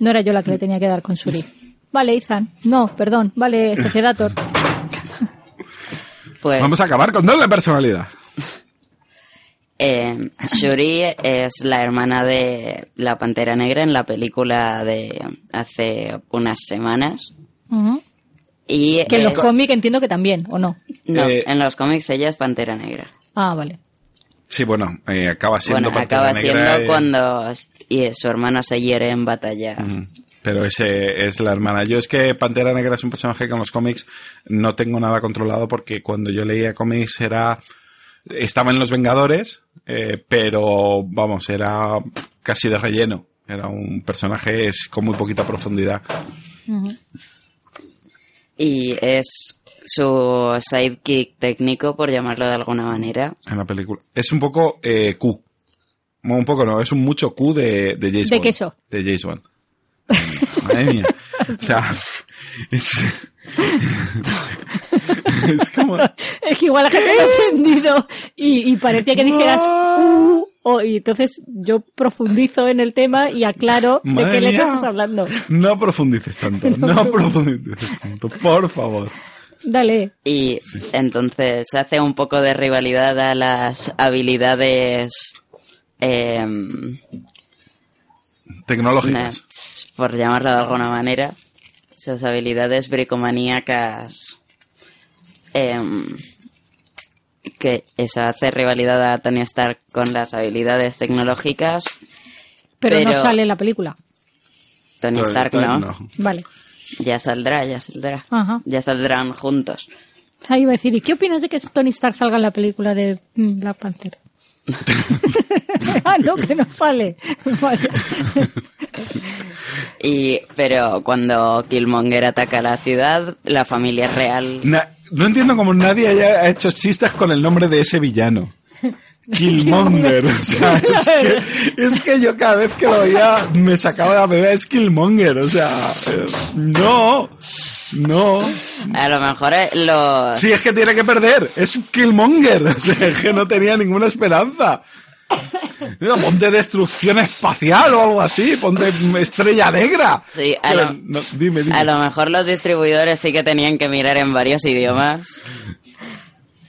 Speaker 3: No era yo la que le tenía que dar con Suri. Vale, Izan. No, perdón. Vale, Sociedator.
Speaker 4: Pues
Speaker 2: Vamos a acabar con doble personalidad.
Speaker 4: eh, Shuri es la hermana de la Pantera Negra en la película de hace unas semanas.
Speaker 3: Ujú.
Speaker 4: Y
Speaker 3: Que en los
Speaker 4: es-
Speaker 3: cómics entiendo que también, ¿o no?
Speaker 4: No,
Speaker 2: Eh,
Speaker 4: en los cómics ella es Pantera Negra.
Speaker 3: Ah, vale.
Speaker 2: Sí, bueno, eh, acaba siendo
Speaker 4: Bueno,
Speaker 2: Pantera
Speaker 4: acaba
Speaker 2: Negra,
Speaker 4: siendo
Speaker 2: eh,
Speaker 4: cuando s- y su hermano se hiere en batalla.
Speaker 2: Pero ese es la hermana. Yo es que Pantera Negra es un personaje que en los cómics no tengo nada controlado porque cuando yo leía cómics era... Estaba en Los Vengadores, eh, pero vamos, era casi de relleno. Era un personaje es- con muy poquita profundidad.
Speaker 4: Y es su sidekick técnico, por llamarlo de alguna manera.
Speaker 2: en la película. Es un poco eh, Q. Bueno, un poco no, es un mucho Q de, de James
Speaker 3: De
Speaker 2: Bond.
Speaker 3: queso.
Speaker 2: De James Bond. Mm, Madre mía. O sea, es, es como...
Speaker 3: Es que igual la gente lo ha entendido y, y parecía que dijeras "Uh", o- y entonces yo profundizo en el tema y aclaro de
Speaker 2: Madre
Speaker 3: qué letra
Speaker 2: mía.
Speaker 3: estás hablando.
Speaker 2: No profundices tanto, no profundices tanto, por favor.
Speaker 3: Dale.
Speaker 4: Y entonces hace un poco de rivalidad a las habilidades. em,
Speaker 2: Tecnológicas.
Speaker 4: nets, por llamarlo de alguna manera. Sus habilidades bricomaníacas. em, que eso hace rivalidad a Tony Stark con las habilidades tecnológicas.
Speaker 3: Pero, no
Speaker 4: Pero-
Speaker 3: sale en la película.
Speaker 4: Tony
Speaker 2: Tony
Speaker 4: Stark,
Speaker 2: Stark
Speaker 4: no.
Speaker 2: no.
Speaker 3: Vale.
Speaker 4: Ya saldrá, ya saldrá.
Speaker 3: Ajá.
Speaker 4: Ya saldrán juntos.
Speaker 3: O sea, iba a decir, ¿y qué opinas de que Tony Stark salga en la película de mm, Black Panther? ah, no, que no sale. Vale.
Speaker 4: Y, pero cuando Killmonger ataca la ciudad, la familia real.
Speaker 2: Na- no entiendo cómo nadie haya hecho chistes con el nombre de ese villano. Killmonger. o sea, es que, es que yo cada vez que lo veía me sacaba de la pelea. Es Killmonger. O sea, es- no. No.
Speaker 4: A lo mejor eh, los.
Speaker 2: Sí, es que tiene que perder. Es Killmonger. O sea, es que no tenía ninguna esperanza. Digo, Ponte destrucción espacial o algo así. Ponte estrella negra.
Speaker 4: Sí, a
Speaker 2: Pero
Speaker 4: lo-
Speaker 2: no, dime, dime.
Speaker 4: A lo mejor los distribuidores sí que tenían que mirar en varios idiomas.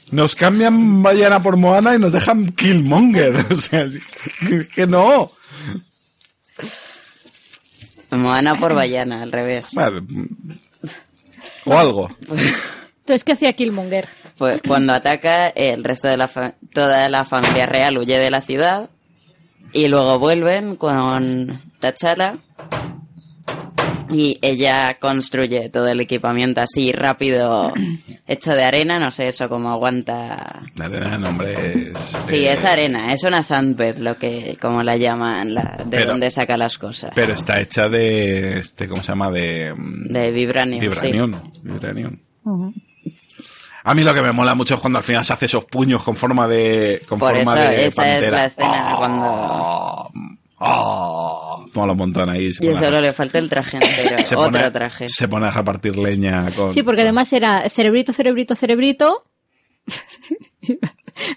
Speaker 2: Nos cambian Bayana por Moana y nos dejan Killmonger. O sea, es que no.
Speaker 4: Moana por Bayana, al revés.
Speaker 2: Bueno, o algo.
Speaker 3: Entonces, ¿qué hacía Killmonger?
Speaker 4: Pues cuando ataca, el resto de la fa- toda la familia real huye de la ciudad y luego vuelven con T'Challa y ella construye todo el equipamiento así rápido, hecho de arena, no sé eso cómo aguanta.
Speaker 2: La arena de nombre es.
Speaker 4: Sí,
Speaker 2: eh,
Speaker 4: es arena, es una sandbed, lo que como la llaman, la, de
Speaker 2: Pero-
Speaker 4: donde saca las cosas.
Speaker 2: Pero está hecha de. Este, ¿Cómo se llama? De. mm,
Speaker 4: de vibranium. sí.
Speaker 2: Vibranium. Vibranium. A mí lo que me mola mucho es cuando al final se hace esos puños con forma de. Con
Speaker 4: Por eso
Speaker 2: forma de
Speaker 4: esa es
Speaker 2: pantera.
Speaker 4: la escena cuando
Speaker 2: ¡Oh! Mola un montón ahí. Se
Speaker 4: y
Speaker 2: pone a-
Speaker 4: solo le falta el traje entero,
Speaker 2: se
Speaker 4: otro
Speaker 2: pone-
Speaker 4: traje.
Speaker 2: Se pone a repartir leña con.
Speaker 3: Sí, porque además era cerebrito, cerebrito, cerebrito.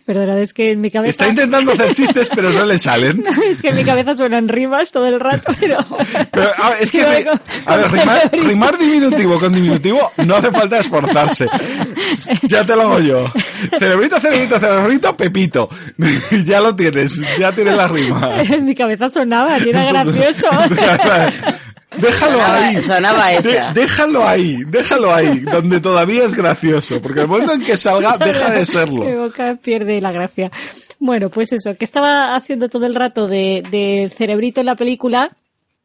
Speaker 3: Perdona, es que en mi cabeza.
Speaker 2: Está intentando hacer chistes, pero no le salen.
Speaker 3: es que en mi cabeza suenan rimas todo el rato, pero.
Speaker 2: Pero, a ver, es que,
Speaker 3: Sí,
Speaker 2: ri-
Speaker 3: algo-
Speaker 2: a ver, rimar, rimar diminutivo con diminutivo no hace falta esforzarse. Ya te lo hago yo. Cerebrito, cerebrito, cerebrito, pepito. Ya lo tienes, ya tienes la rima.
Speaker 3: en mi cabeza sonaba, y era gracioso.
Speaker 2: Déjalo
Speaker 4: Sonaba-
Speaker 2: ahí.
Speaker 4: sonaba
Speaker 2: De-
Speaker 4: esa.
Speaker 2: déjalo ahí, déjalo ahí, donde todavía es gracioso, porque el momento en que salga deja de
Speaker 3: Mi
Speaker 2: serlo.
Speaker 3: boca pierde la gracia. Bueno, pues eso, que estaba haciendo todo el rato de, de cerebrito en la película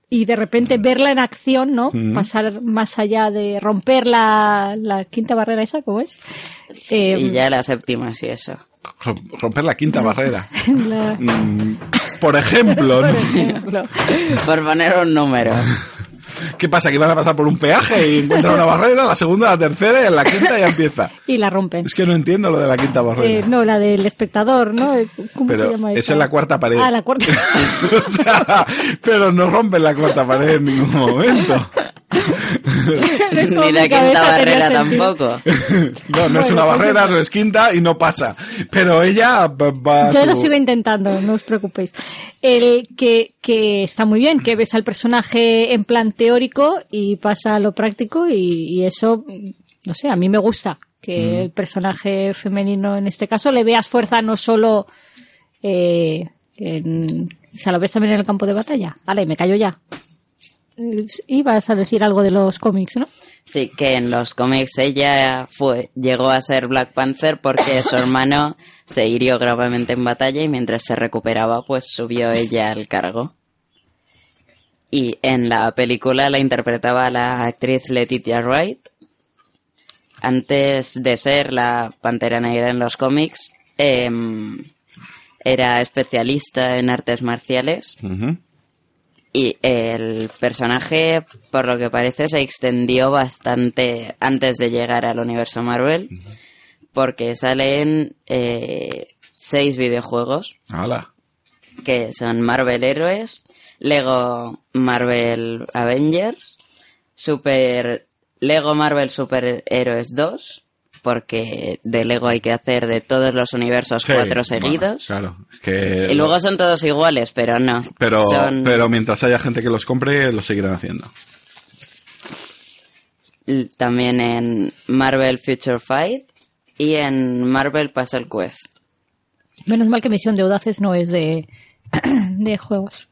Speaker 3: y de repente verla en acción, ¿no?
Speaker 10: Mm.
Speaker 3: Pasar más allá de romper la, la quinta barrera esa, ¿cómo es? Eh,
Speaker 4: Y ya la séptima, sí, eso.
Speaker 2: Rom- Romper la quinta barrera.
Speaker 3: la-
Speaker 2: Mm, Por ejemplo, ¿no?
Speaker 4: Por poner un número.
Speaker 2: ¿qué pasa? Que van a pasar por un peaje y encuentran una barrera, la segunda, la tercera y en la quinta ya empieza.
Speaker 3: y la rompen.
Speaker 2: Es que no entiendo lo de la quinta barrera.
Speaker 3: Eh, no, la del espectador, ¿no? ¿Cómo se
Speaker 2: Pero
Speaker 3: llama
Speaker 2: esa
Speaker 3: esa?
Speaker 2: es la cuarta pared.
Speaker 3: Ah, la cuarta.
Speaker 2: O sea, pero no rompen la cuarta pared en ningún momento.
Speaker 4: Ni
Speaker 3: como mi
Speaker 4: la
Speaker 3: cabeza
Speaker 4: quinta
Speaker 3: tenía
Speaker 4: barrera
Speaker 3: sentido.
Speaker 4: tampoco.
Speaker 2: No, no es
Speaker 3: Bueno,
Speaker 2: una
Speaker 3: pues
Speaker 2: barrera, no es quinta y no pasa. Pero ella va- va. a
Speaker 3: Yo
Speaker 2: su-
Speaker 3: lo sigo intentando, no os preocupéis. El que, que está muy bien, que ves al personaje en plan teórico y pasa a lo práctico y, y eso, mm, no sé, a mí me gusta que
Speaker 10: Mm.
Speaker 3: el personaje femenino en este caso le veas fuerza no solo eh, en, o sea, lo ves también en el campo de batalla. Vale, me callo ya. Eh, Ibas a decir algo de los cómics, ¿no?
Speaker 4: Sí, que en los cómics ella fue, llegó a ser Black Panther porque su hermano se hirió gravemente en batalla y mientras se recuperaba, pues subió ella al cargo. Y en la película la interpretaba la actriz Letitia Wright. Antes de ser la Pantera Negra en los cómics, em, era especialista en artes marciales
Speaker 2: Ujú.
Speaker 4: y el personaje, por lo que parece, se extendió bastante antes de llegar al universo Marvel, porque salen eh, seis videojuegos
Speaker 2: Hala.
Speaker 4: que son Marvel Héroes, Lego Marvel Avengers, Super Lego Marvel Super Héroes 2, porque de Lego hay que hacer de todos los universos
Speaker 2: Sí,
Speaker 4: cuatro
Speaker 2: bueno,
Speaker 4: seguidos.
Speaker 2: claro. es que-
Speaker 4: y luego son todos iguales, pero no.
Speaker 2: Pero,
Speaker 4: son-
Speaker 2: pero mientras haya gente que los compre, los seguirán haciendo.
Speaker 4: l- también en Marvel Future Fight y en Marvel Puzzle Quest.
Speaker 3: Menos mal que Misión de Audaces no es de, de juegos.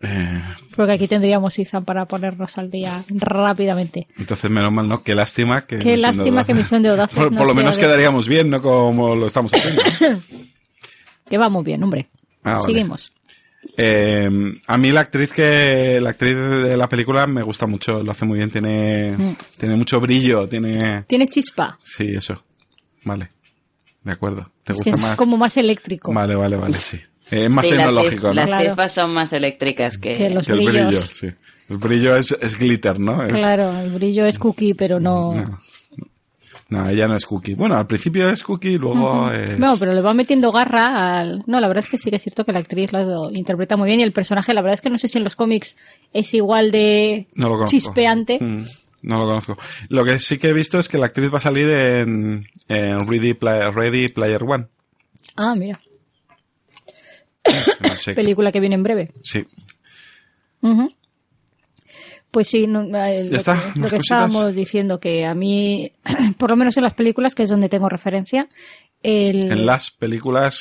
Speaker 2: Eh.
Speaker 3: Porque aquí tendríamos Izan para ponernos al día rápidamente.
Speaker 2: Entonces, menos mal, ¿no? Qué lástima que. Misión
Speaker 3: Qué
Speaker 2: de
Speaker 3: lástima que
Speaker 2: Audaces-
Speaker 3: Misión de Audaces
Speaker 2: Por,
Speaker 3: no
Speaker 2: por lo
Speaker 3: sea
Speaker 2: menos
Speaker 3: de-
Speaker 2: quedaríamos bien, ¿no? Como lo estamos haciendo.
Speaker 3: Que va muy bien, hombre.
Speaker 2: Ah, vale.
Speaker 3: Seguimos.
Speaker 2: Eh, a mí la actriz que la actriz de la película me gusta mucho, lo hace muy bien, tiene
Speaker 3: Mm.
Speaker 2: tiene mucho brillo, tiene
Speaker 3: Tiene chispa.
Speaker 2: sí eso, vale, de acuerdo, te
Speaker 3: Es
Speaker 2: gusta
Speaker 3: que es
Speaker 2: más,
Speaker 3: como más eléctrico.
Speaker 2: vale vale vale sí, Eh, es más
Speaker 4: Sí, las,
Speaker 2: tecnológico,
Speaker 4: chis-
Speaker 2: ¿no?
Speaker 4: las chispas son más eléctricas que...
Speaker 3: Que los
Speaker 2: Que el brillo,
Speaker 3: brillos.
Speaker 2: sí, el brillo es, es glitter, ¿no? Es-
Speaker 3: Claro, el brillo es cookie, pero no.
Speaker 2: No. No, ella no es cookie. Bueno, al principio es cookie, luego es-
Speaker 3: No, pero le va metiendo garra al. No, la verdad es que sí que es cierto que la actriz lo interpreta muy bien y el personaje, la verdad es que no sé si en los cómics es igual de
Speaker 2: No lo conozco.
Speaker 3: chispeante.
Speaker 2: Mm, No lo conozco. Lo que sí que he visto es que la actriz va a salir en, en Ready, Player, Ready Player One.
Speaker 3: Ah, mira.
Speaker 2: No sé qué-
Speaker 3: Película que viene en breve.
Speaker 2: Sí.
Speaker 3: Ujú. Pues sí, no, eh, lo,
Speaker 2: Ya está,
Speaker 3: que, lo
Speaker 2: más
Speaker 3: que
Speaker 2: cositas.
Speaker 3: estábamos diciendo, que a mí, por lo menos en las películas, que es donde tengo referencia, el-
Speaker 2: En las películas,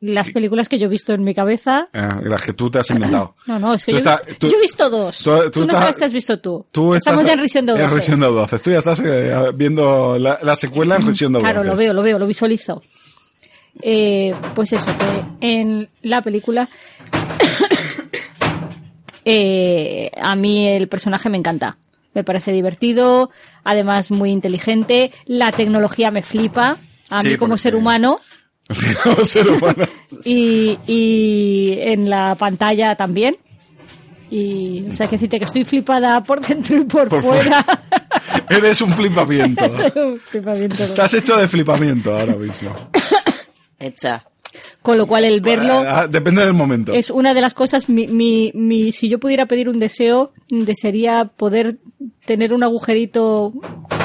Speaker 3: las películas que yo he visto en mi cabeza...
Speaker 2: eh, las que tú te has inventado.
Speaker 3: No, no, es que
Speaker 2: Tú
Speaker 3: yo, he
Speaker 2: estás-
Speaker 3: visto-
Speaker 2: tú-
Speaker 3: yo he visto dos.
Speaker 2: tú- tú
Speaker 3: no
Speaker 2: estás-
Speaker 3: sabes que has visto tú.
Speaker 2: Tú estás
Speaker 3: Estamos ya en Risión de Audaces.
Speaker 2: Risión de Audaces. Tú ya estás eh, viendo la, la secuela en Risión de Audaces.
Speaker 3: Claro, lo veo, lo veo, lo visualizo. Eh, pues eso, que en la película eh, a mí el personaje me encanta. Me parece divertido, además muy inteligente. La tecnología me flipa, a
Speaker 2: Sí,
Speaker 3: mí como
Speaker 2: porque-
Speaker 3: ser humano.
Speaker 2: Como ser humano.
Speaker 3: Y, y en la pantalla también. Y, o sea, que decirte que estoy flipada por dentro y por,
Speaker 2: Por
Speaker 3: fuera.
Speaker 2: Eres un flipamiento.
Speaker 3: Un flipamiento.
Speaker 2: Estás hecho de flipamiento ahora mismo.
Speaker 4: Hecha.
Speaker 3: Con lo cual el verlo...
Speaker 2: Ah, Depende del momento.
Speaker 3: Es una de las cosas, mi, mi, mi- si yo pudiera pedir un deseo, desearía poder tener un agujerito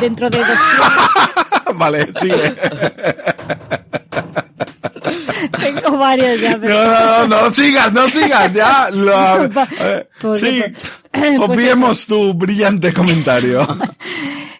Speaker 3: dentro de dos
Speaker 2: vale, sigue.
Speaker 3: Tengo varios ya, pero...
Speaker 2: No, no, no, no sigas, no sigas, ya. lo- eh,
Speaker 3: Por-
Speaker 2: sí,
Speaker 3: Pues
Speaker 2: obviemos tu brillante comentario.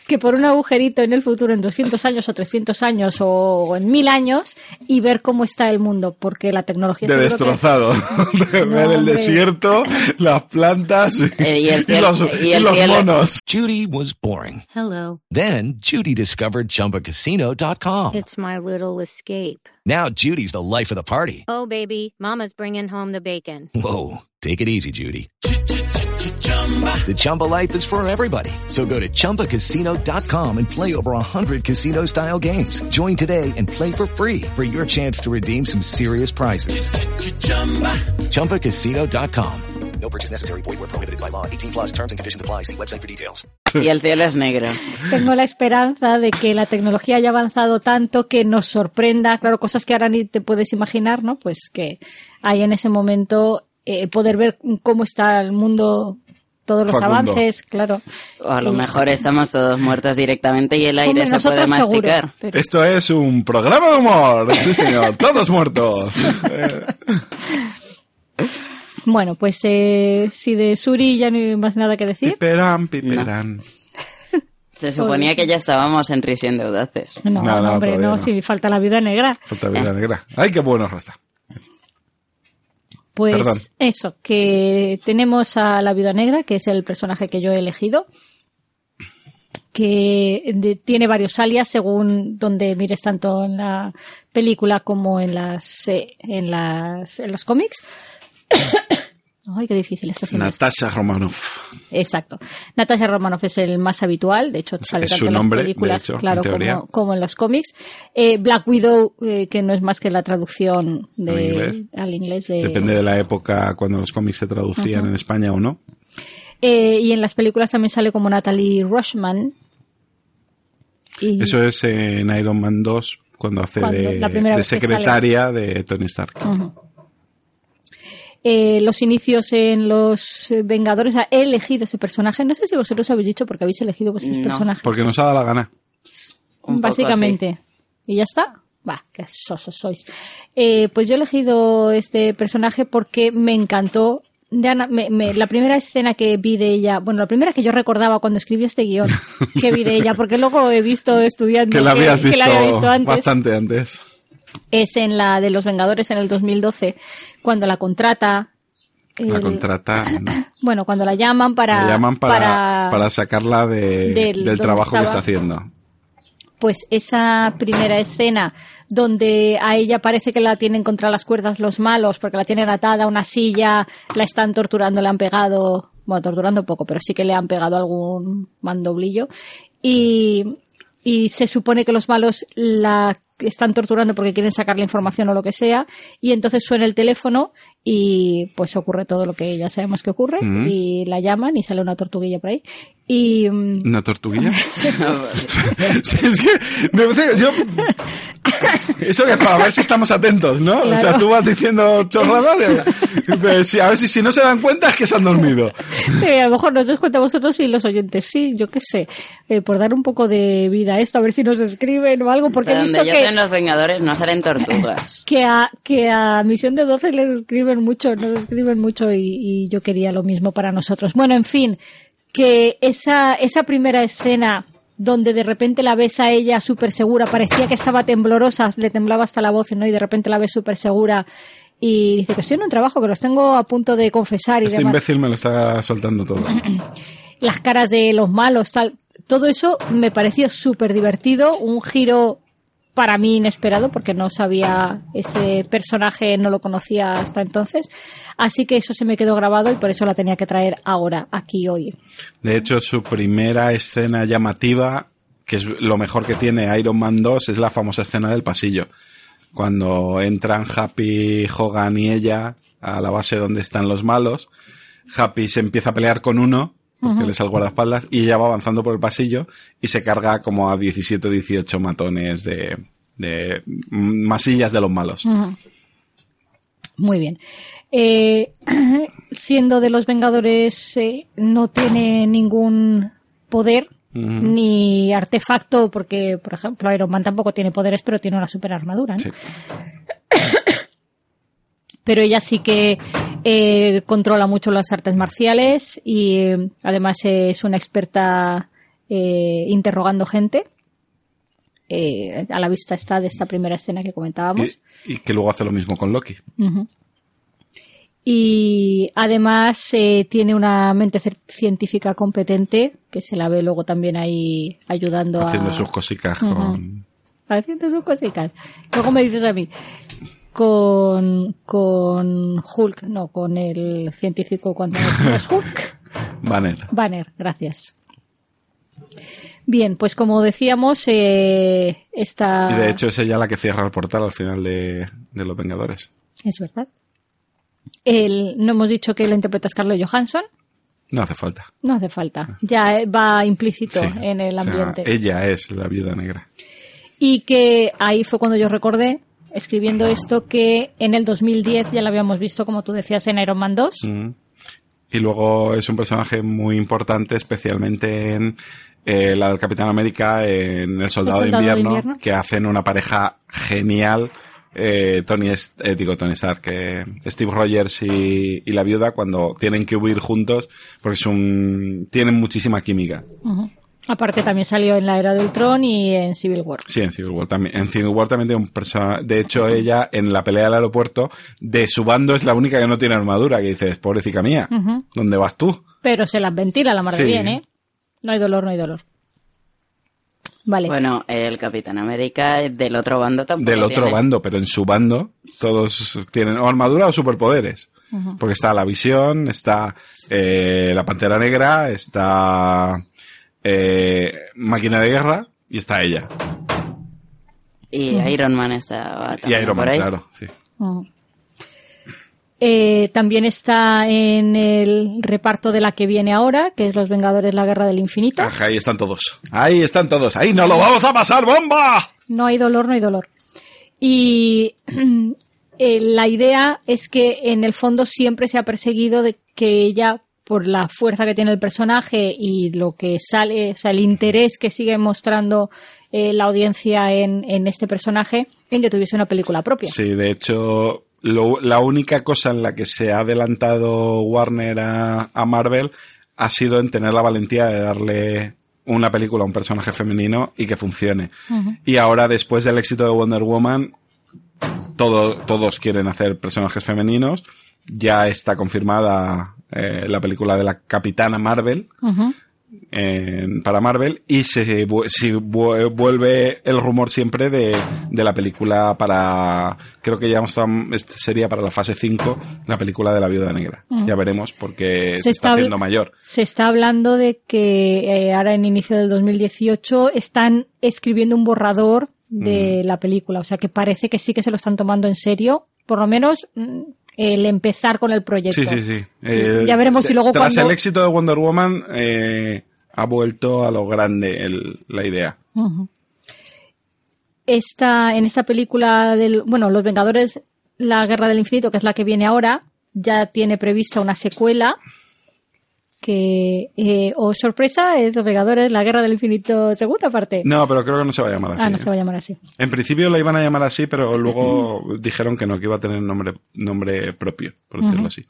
Speaker 3: que por un agujerito en el futuro, en 200 años o 300 años o en 1000 años, y ver cómo está el mundo, porque la tecnología...
Speaker 2: De
Speaker 3: seguro que-
Speaker 2: destrozado. De ver el
Speaker 3: hombre. Eh,
Speaker 2: desierto, las plantas y,
Speaker 4: y el
Speaker 2: y
Speaker 4: cielo-
Speaker 2: los,
Speaker 4: y
Speaker 2: y
Speaker 4: el
Speaker 2: los
Speaker 4: cielo.
Speaker 2: monos.
Speaker 10: Judy was boring.
Speaker 11: Hello.
Speaker 10: Then Judy discovered ChumbaCasino.com.
Speaker 11: It's my little escape.
Speaker 10: Now Judy's the life of the party.
Speaker 11: Oh, baby, Mama's bringing home the bacon.
Speaker 10: Whoa, take it easy, Judy. The Chumba life is for everybody. So go to ChumbaCasino.com and play over 100 casino style games. Join today and play for free for your chance to redeem some serious prizes. ChumbaCasino.com. No purchase necessary. Void where prohibited by law. 18 plus terms and conditions apply. See website for details.
Speaker 4: Y el cielo es negro.
Speaker 3: Tengo la esperanza de que la tecnología haya avanzado tanto que nos sorprenda, claro, cosas que ahora ni te puedes imaginar, ¿no? Pues que hay en ese momento eh, poder ver cómo está el mundo, todos los
Speaker 4: Facundo.
Speaker 3: avances, claro.
Speaker 4: O a lo
Speaker 3: Y-
Speaker 4: mejor estamos todos muertos directamente y el aire
Speaker 3: Hombre,
Speaker 4: se puede
Speaker 3: nosotros seguro,
Speaker 4: masticar.
Speaker 3: pero-
Speaker 2: Esto es un programa de humor. Sí, señor. Todos muertos.
Speaker 3: Bueno, pues eh, si de Suri ya no hay más nada que decir.
Speaker 2: Piperán, piperán.
Speaker 4: Se suponía que ya estábamos en Risión de Audaces.
Speaker 3: No,
Speaker 2: No, no,
Speaker 3: hombre,
Speaker 2: todavía
Speaker 3: no,
Speaker 2: no.
Speaker 3: si falta la vida negra.
Speaker 2: Falta vida negra. Ay, qué bueno, Rasta.
Speaker 3: Pues
Speaker 2: Perdón.
Speaker 3: eso, que tenemos a la Viuda Negra, que es el personaje que yo he elegido, que de- tiene varios alias según donde mires tanto en la película como en las eh, en las en los cómics. Ay, qué difícil está siendo. esto.
Speaker 2: Natasha Romanoff.
Speaker 3: Eh. Exacto. Natasha Romanoff es el más habitual, de hecho sale
Speaker 2: es
Speaker 3: tanto
Speaker 2: su
Speaker 3: en las
Speaker 2: nombre, de
Speaker 3: películas,
Speaker 2: hecho, en
Speaker 3: claro,
Speaker 2: teoría.
Speaker 3: como, como en los cómics. Eh, Black Widow, eh, que no es más que la traducción de,
Speaker 2: Al inglés.
Speaker 3: al inglés de,
Speaker 2: Depende de la época cuando los cómics se traducían
Speaker 3: Ajá.
Speaker 2: en España o no.
Speaker 3: Eh, y en las películas también sale como Natalie Rushman. Y
Speaker 2: Eso es en Iron Man 2 cuando hace
Speaker 3: Cuando-
Speaker 2: de,
Speaker 3: la primera
Speaker 2: de
Speaker 3: vez que
Speaker 2: secretaria de Tony Stark.
Speaker 3: Ujú. Eh, los inicios en Los eh, Vengadores. o sea, he elegido ese personaje. No sé si vosotros habéis dicho porque habéis elegido vuestros personajes.
Speaker 2: Porque nos ha dado la gana.
Speaker 4: Un poco
Speaker 3: básicamente. Y ya está. Va, qué sosos sois. Eh, pues yo he elegido este personaje porque me encantó. de Ana- me- me- la primera escena que vi de ella, bueno, la primera que yo recordaba cuando escribí este guión que vi de ella, porque luego he visto estudiando
Speaker 2: Que la habías
Speaker 3: que
Speaker 2: visto,
Speaker 3: la había visto antes,
Speaker 2: bastante antes.
Speaker 3: es en la de los Vengadores en el 2012, cuando la contrata.
Speaker 2: La
Speaker 3: el-
Speaker 2: contrataron. ¿no?
Speaker 3: Bueno, cuando la llaman para.
Speaker 2: La llaman para,
Speaker 3: para-
Speaker 2: para, sacarla de-
Speaker 3: del-
Speaker 2: del
Speaker 3: donde
Speaker 2: trabajo que está
Speaker 3: estaba.
Speaker 2: haciendo.
Speaker 3: Pues esa primera escena donde a ella parece que la tienen contra las cuerdas los malos, porque la tienen atada a una silla, la están torturando, le han pegado, bueno, torturando poco, pero sí que le han pegado algún mandoblillo. Y, y se supone que los malos la están torturando porque quieren sacarle información o lo que sea, y entonces suena el teléfono y pues ocurre todo lo que ya sabemos que ocurre,
Speaker 2: Mm.
Speaker 3: y la llaman y sale una tortuguilla por ahí. Y mm,
Speaker 2: ¿Una tortuguilla? Sí, es que me parece que yo... Eso que es para ver si estamos atentos, ¿no? O sea,
Speaker 3: Claro.
Speaker 2: tú vas diciendo chorradas. de- de- si- a ver si, si no se dan cuenta es que se han dormido.
Speaker 3: Sí, Eh, a lo mejor nos des cuenta vosotros y los oyentes, sí, yo qué sé, Eh, por dar un poco de vida a esto, a ver si nos escriben o algo, porque he
Speaker 4: Pero
Speaker 3: visto
Speaker 4: donde yo sé
Speaker 3: que,
Speaker 4: en Los Vengadores no salen tortugas.
Speaker 3: que, a, que a Misión de 12 les escriben mucho, nos escriben mucho y, y yo quería lo mismo para nosotros. Bueno, en fin, que esa, esa primera escena donde de repente la ves a ella súper segura, parecía que estaba temblorosa, le temblaba hasta la voz, ¿no? Y de repente la ves súper segura y dice que estoy en un trabajo, que los tengo a punto de confesar y
Speaker 2: Este
Speaker 3: demás
Speaker 2: imbécil me lo está soltando todo.
Speaker 3: las caras de los malos, tal. Todo eso me pareció súper divertido, un giro para mí inesperado porque no sabía ese personaje, no lo conocía hasta entonces. Así que eso se me quedó grabado y por eso la tenía que traer ahora, aquí hoy.
Speaker 2: De hecho, su primera escena llamativa, que es lo mejor que tiene Iron Man 2, es la famosa escena del pasillo. Cuando entran Happy, Hogan y ella a la base donde están los malos, Happy se empieza a pelear con uno, porque
Speaker 12: Ujú.
Speaker 2: le es el guardaespaldas, y ella va avanzando por el pasillo y se carga como a 17 o 18 matones de, de mm, masillas de los malos.
Speaker 3: Ujú. Muy bien. Eh, siendo de los Vengadores, eh, no tiene ningún poder
Speaker 2: Ujú.
Speaker 3: ni artefacto, porque, por ejemplo, Iron Man tampoco tiene poderes, pero tiene una super armadura. ¿no? pero ella sí que eh, controla mucho las artes marciales y eh, además es una experta eh, interrogando gente. Eh, a la vista está de esta primera escena que comentábamos.
Speaker 2: Y, y que luego hace lo mismo con Loki.
Speaker 3: Ujú. Y además eh, tiene una mente cer- científica competente que se la ve luego también ahí ayudando
Speaker 2: haciendo
Speaker 3: a.
Speaker 2: sus cositas
Speaker 3: Ujú.
Speaker 2: con...
Speaker 3: Haciendo sus cositas. Luego me dices a mí. Con, con Hulk, no, con el científico cuando no es Hulk.
Speaker 2: Banner.
Speaker 3: Banner, gracias. Bien, pues como decíamos, eh, esta.
Speaker 2: Y de hecho es ella la que cierra el portal al final de, de Los Vengadores.
Speaker 3: Es verdad. El- no hemos dicho que la interpreta Scarlett Johansson.
Speaker 2: No hace falta.
Speaker 3: No hace falta. Ya eh, va implícito
Speaker 2: Sí.
Speaker 3: en el
Speaker 2: O sea,
Speaker 3: ambiente.
Speaker 2: ella es la viuda negra.
Speaker 3: Y que ahí fue cuando yo recordé, escribiendo esto, que en el 2010 ya la habíamos visto, como tú decías, en Iron Man 2.
Speaker 2: Mm. Y luego es un personaje muy importante, especialmente en eh, la del Capitán América, en El Soldado,
Speaker 3: El Soldado
Speaker 2: de,
Speaker 3: de
Speaker 2: invierno,
Speaker 3: Invierno.
Speaker 2: que hacen una pareja genial. eh, Tony, Est- eh, digo Tony Stark, que Steve Rogers y, y la viuda cuando tienen que huir juntos, porque es un, tienen muchísima química.
Speaker 3: Ujú. Aparte también salió en la Era del Tron y en Civil War.
Speaker 2: Sí, en Civil War también. En Civil War también tiene un personaje. De hecho, ella en la pelea del aeropuerto, de su bando es la única que no tiene armadura, que dices, pobrecita mía,
Speaker 3: Ujú.
Speaker 2: ¿dónde vas tú?
Speaker 3: Pero se las ventila la mar de
Speaker 2: Sí.
Speaker 3: bien, ¿eh? No hay dolor, no hay dolor. Vale.
Speaker 4: Bueno, el Capitán América del otro bando tampoco.
Speaker 2: Del otro
Speaker 4: tiene.
Speaker 2: bando, pero en su bando todos tienen o armadura o superpoderes.
Speaker 4: Ujú.
Speaker 2: Porque está la visión, está eh, la pantera negra, está eh, máquina de guerra y está ella.
Speaker 4: Y
Speaker 3: Ujú.
Speaker 4: Iron Man está
Speaker 2: Y
Speaker 4: también
Speaker 2: Iron
Speaker 4: por
Speaker 2: Man,
Speaker 4: ahí.
Speaker 2: claro. sí.
Speaker 3: Ujú. Eh, también está en el reparto de la que viene ahora, que es Los Vengadores, la Guerra del Infinito.
Speaker 2: Ajá, ahí están todos. Ahí están todos. Ahí nos lo vamos a pasar, bomba.
Speaker 3: No hay dolor, no hay dolor. Y eh, la idea es que en el fondo siempre se ha perseguido de que ella, por la fuerza que tiene el personaje y lo que sale, o sea, el interés que sigue mostrando eh, la audiencia en, en este personaje, en que tuviese una película propia.
Speaker 2: Sí, de hecho, lo- la única cosa en la que se ha adelantado Warner a, a Marvel ha sido en tener la valentía de darle una película a un personaje femenino y que funcione.
Speaker 12: Ujú.
Speaker 2: Y ahora, después del éxito de Wonder Woman, todo- todos quieren hacer personajes femeninos. Ya está confirmada eh, la película de la Capitana Marvel en- para Marvel y se vu- si vu- vuelve el rumor siempre de, de la película para creo que ya están- este sería para la fase 5 la película de la viuda negra
Speaker 3: Ujú.
Speaker 2: ya veremos porque se,
Speaker 3: Mm.
Speaker 2: está,
Speaker 3: Se está-
Speaker 2: haciendo mayor
Speaker 3: Se está hablando de que eh, ahora en inicio del 2018 están escribiendo un borrador de
Speaker 2: Mm.
Speaker 3: la película, o sea que parece que sí que se lo están tomando en serio, por lo menos mm, el empezar con el proyecto.
Speaker 2: sí sí sí Eh,
Speaker 3: Mm. Ya veremos si luego
Speaker 2: tras
Speaker 3: cuando-
Speaker 2: el éxito de Wonder Woman eh, ha vuelto a lo grande el- la idea
Speaker 3: Ujú. Esta, en esta película del, bueno, Los Vengadores, la Guerra del Infinito, que es la que viene ahora, ya tiene prevista una secuela que, eh, o sorpresa, es Los Vengadores, la Guerra del Infinito, segunda parte.
Speaker 2: no pero creo que no se va a llamar así
Speaker 3: ah, no
Speaker 2: ¿eh?
Speaker 3: se va a llamar así.
Speaker 2: en principio la iban a llamar así pero luego dijeron que no que iba a tener nombre nombre propio por
Speaker 3: Ujú.
Speaker 2: decirlo así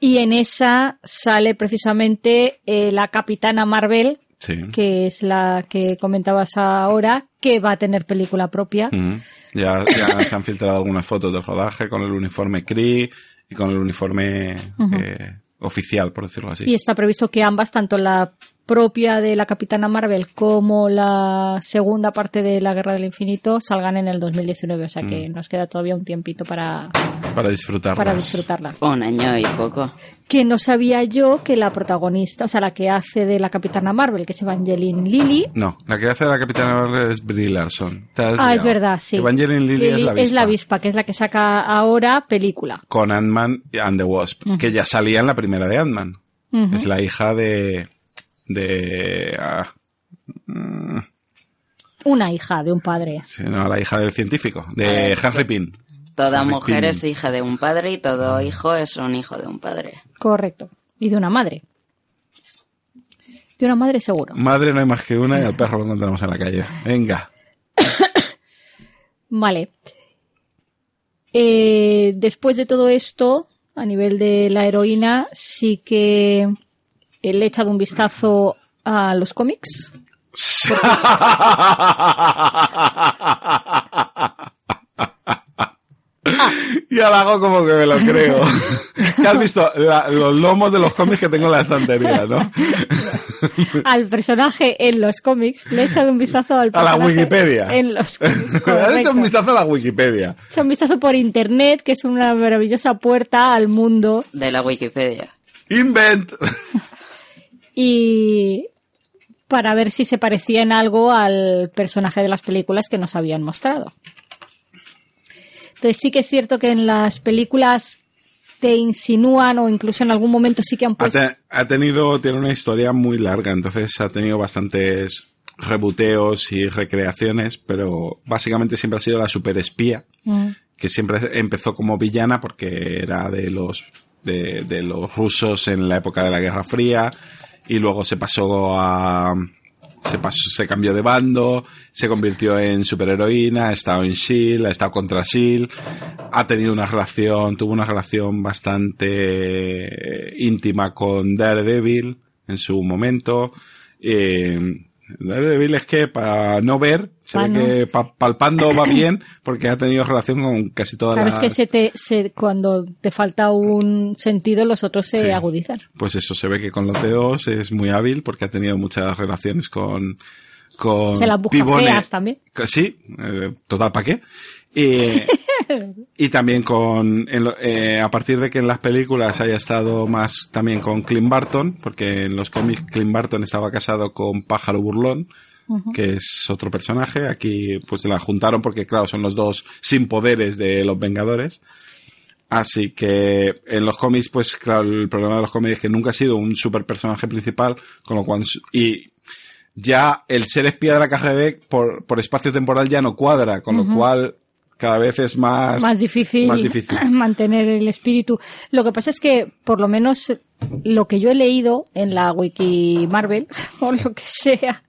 Speaker 3: Y en esa sale precisamente eh, la Capitana Marvel,
Speaker 2: sí
Speaker 3: que es la que comentabas ahora, que va a tener película propia.
Speaker 2: Ujú. Ya, ya se han filtrado algunas fotos del rodaje con el uniforme Cree y con el uniforme
Speaker 3: Ujú.
Speaker 2: eh, oficial, por decirlo así.
Speaker 3: Y está previsto que ambas, tanto la propia de la Capitana Marvel como la segunda parte de la Guerra del Infinito, salgan en el 2019. O sea que
Speaker 4: Mm.
Speaker 3: nos queda todavía un tiempito para,
Speaker 2: Para disfrutarlas.
Speaker 3: para disfrutarla.
Speaker 4: Un año y poco.
Speaker 3: Que no sabía yo que la protagonista, o sea, la que hace de la Capitana Marvel, que es Evangeline Lilly,
Speaker 2: No, la que hace la capitana Marvel es Brie Larson. Te has
Speaker 3: Ah,
Speaker 2: liado.
Speaker 3: es verdad, sí.
Speaker 2: Evangeline Lilly, es la avispa.
Speaker 3: avispa, que es la que saca ahora película.
Speaker 2: Con Ant-Man and the Wasp,
Speaker 3: Ujú.
Speaker 2: que ya salía en la primera de Ant-Man.
Speaker 3: Ujú.
Speaker 2: Es la hija de... de... ah, mm,
Speaker 3: Una hija de un padre.
Speaker 2: sí, no, la hija del científico, de
Speaker 4: Ah, es
Speaker 2: Henry
Speaker 4: que-
Speaker 2: Pym.
Speaker 4: Toda
Speaker 2: Henry
Speaker 4: mujer
Speaker 2: Pym.
Speaker 4: es hija de un padre y todo hijo es un hijo de un padre.
Speaker 3: Correcto. Y de una madre. De una madre seguro.
Speaker 2: Madre no hay más que una y al perro lo encontramos en la calle. Venga.
Speaker 3: Vale. Eh, después de todo esto, a nivel de la heroína, sí que eh, le he echado un vistazo a los cómics.
Speaker 2: Y ahora hago como que me lo creo. ¿Qué has visto? La- los lomos de los cómics que tengo en la estantería, ¿no?
Speaker 3: Al personaje en los cómics, le he echado un vistazo al
Speaker 2: A la
Speaker 3: personaje
Speaker 2: Wikipedia.
Speaker 3: En los cómics.
Speaker 2: Has hecho
Speaker 3: correcto.
Speaker 2: un vistazo a la Wikipedia.
Speaker 3: Echa un vistazo por internet, que es una maravillosa puerta al mundo.
Speaker 4: de la Wikipedia.
Speaker 2: Invent.
Speaker 3: Y para ver si se parecía en algo al personaje de las películas que nos habían mostrado. Entonces sí que es cierto que en las películas te insinúan o incluso en algún momento sí que han
Speaker 2: Ha,
Speaker 3: puesto...
Speaker 2: te- ha tenido, tiene una historia muy larga, entonces ha tenido bastantes rebuteos y recreaciones, pero básicamente siempre ha sido la superespía,
Speaker 3: Mm.
Speaker 2: que siempre empezó como villana porque era de los, de, de los rusos en la época de la Guerra Fría, y luego se pasó a, se pasó, se cambió de bando, se convirtió en superheroína, ha estado en S.H.I.E.L.D., E ha estado contra S.H.I.E.L.D., ha tenido una relación, tuvo una relación bastante eh, íntima con Daredevil en su momento. Eh, Daredevil es que para no ver, se
Speaker 3: Pa'
Speaker 2: ve
Speaker 3: no.
Speaker 2: que pa- palpando va bien porque ha tenido relación con casi todas
Speaker 3: Claro,
Speaker 2: las...
Speaker 3: es que se te, se- cuando te falta un sentido, los otros se
Speaker 2: Sí.
Speaker 3: agudizan.
Speaker 2: Pues eso, se ve que con los dedos es muy hábil porque ha tenido muchas relaciones con... con
Speaker 3: se las buscan
Speaker 2: pibones.
Speaker 3: feas también.
Speaker 2: Que Sí, eh, total, ¿para qué? Eh, y también con, en lo- eh, a partir de que en las películas haya estado más también con Clint Barton, porque en los cómics Clint Barton estaba casado con Pájaro Burlón,
Speaker 12: Ujú.
Speaker 2: que es otro personaje. Aquí pues la juntaron porque, claro, son los dos sin poderes de los Vengadores. Así que en los cómics, pues claro, el problema de los cómics es que nunca ha sido un super personaje principal, con lo cual, y ya el ser espía de la KGB por, por espacio temporal ya no cuadra, con
Speaker 3: Ujú.
Speaker 2: lo cual cada vez es más,
Speaker 3: más difícil,
Speaker 2: más difícil.
Speaker 3: mantener el espíritu. Lo que pasa es que, por lo menos, lo que yo he leído en la Wiki Marvel, o lo que sea,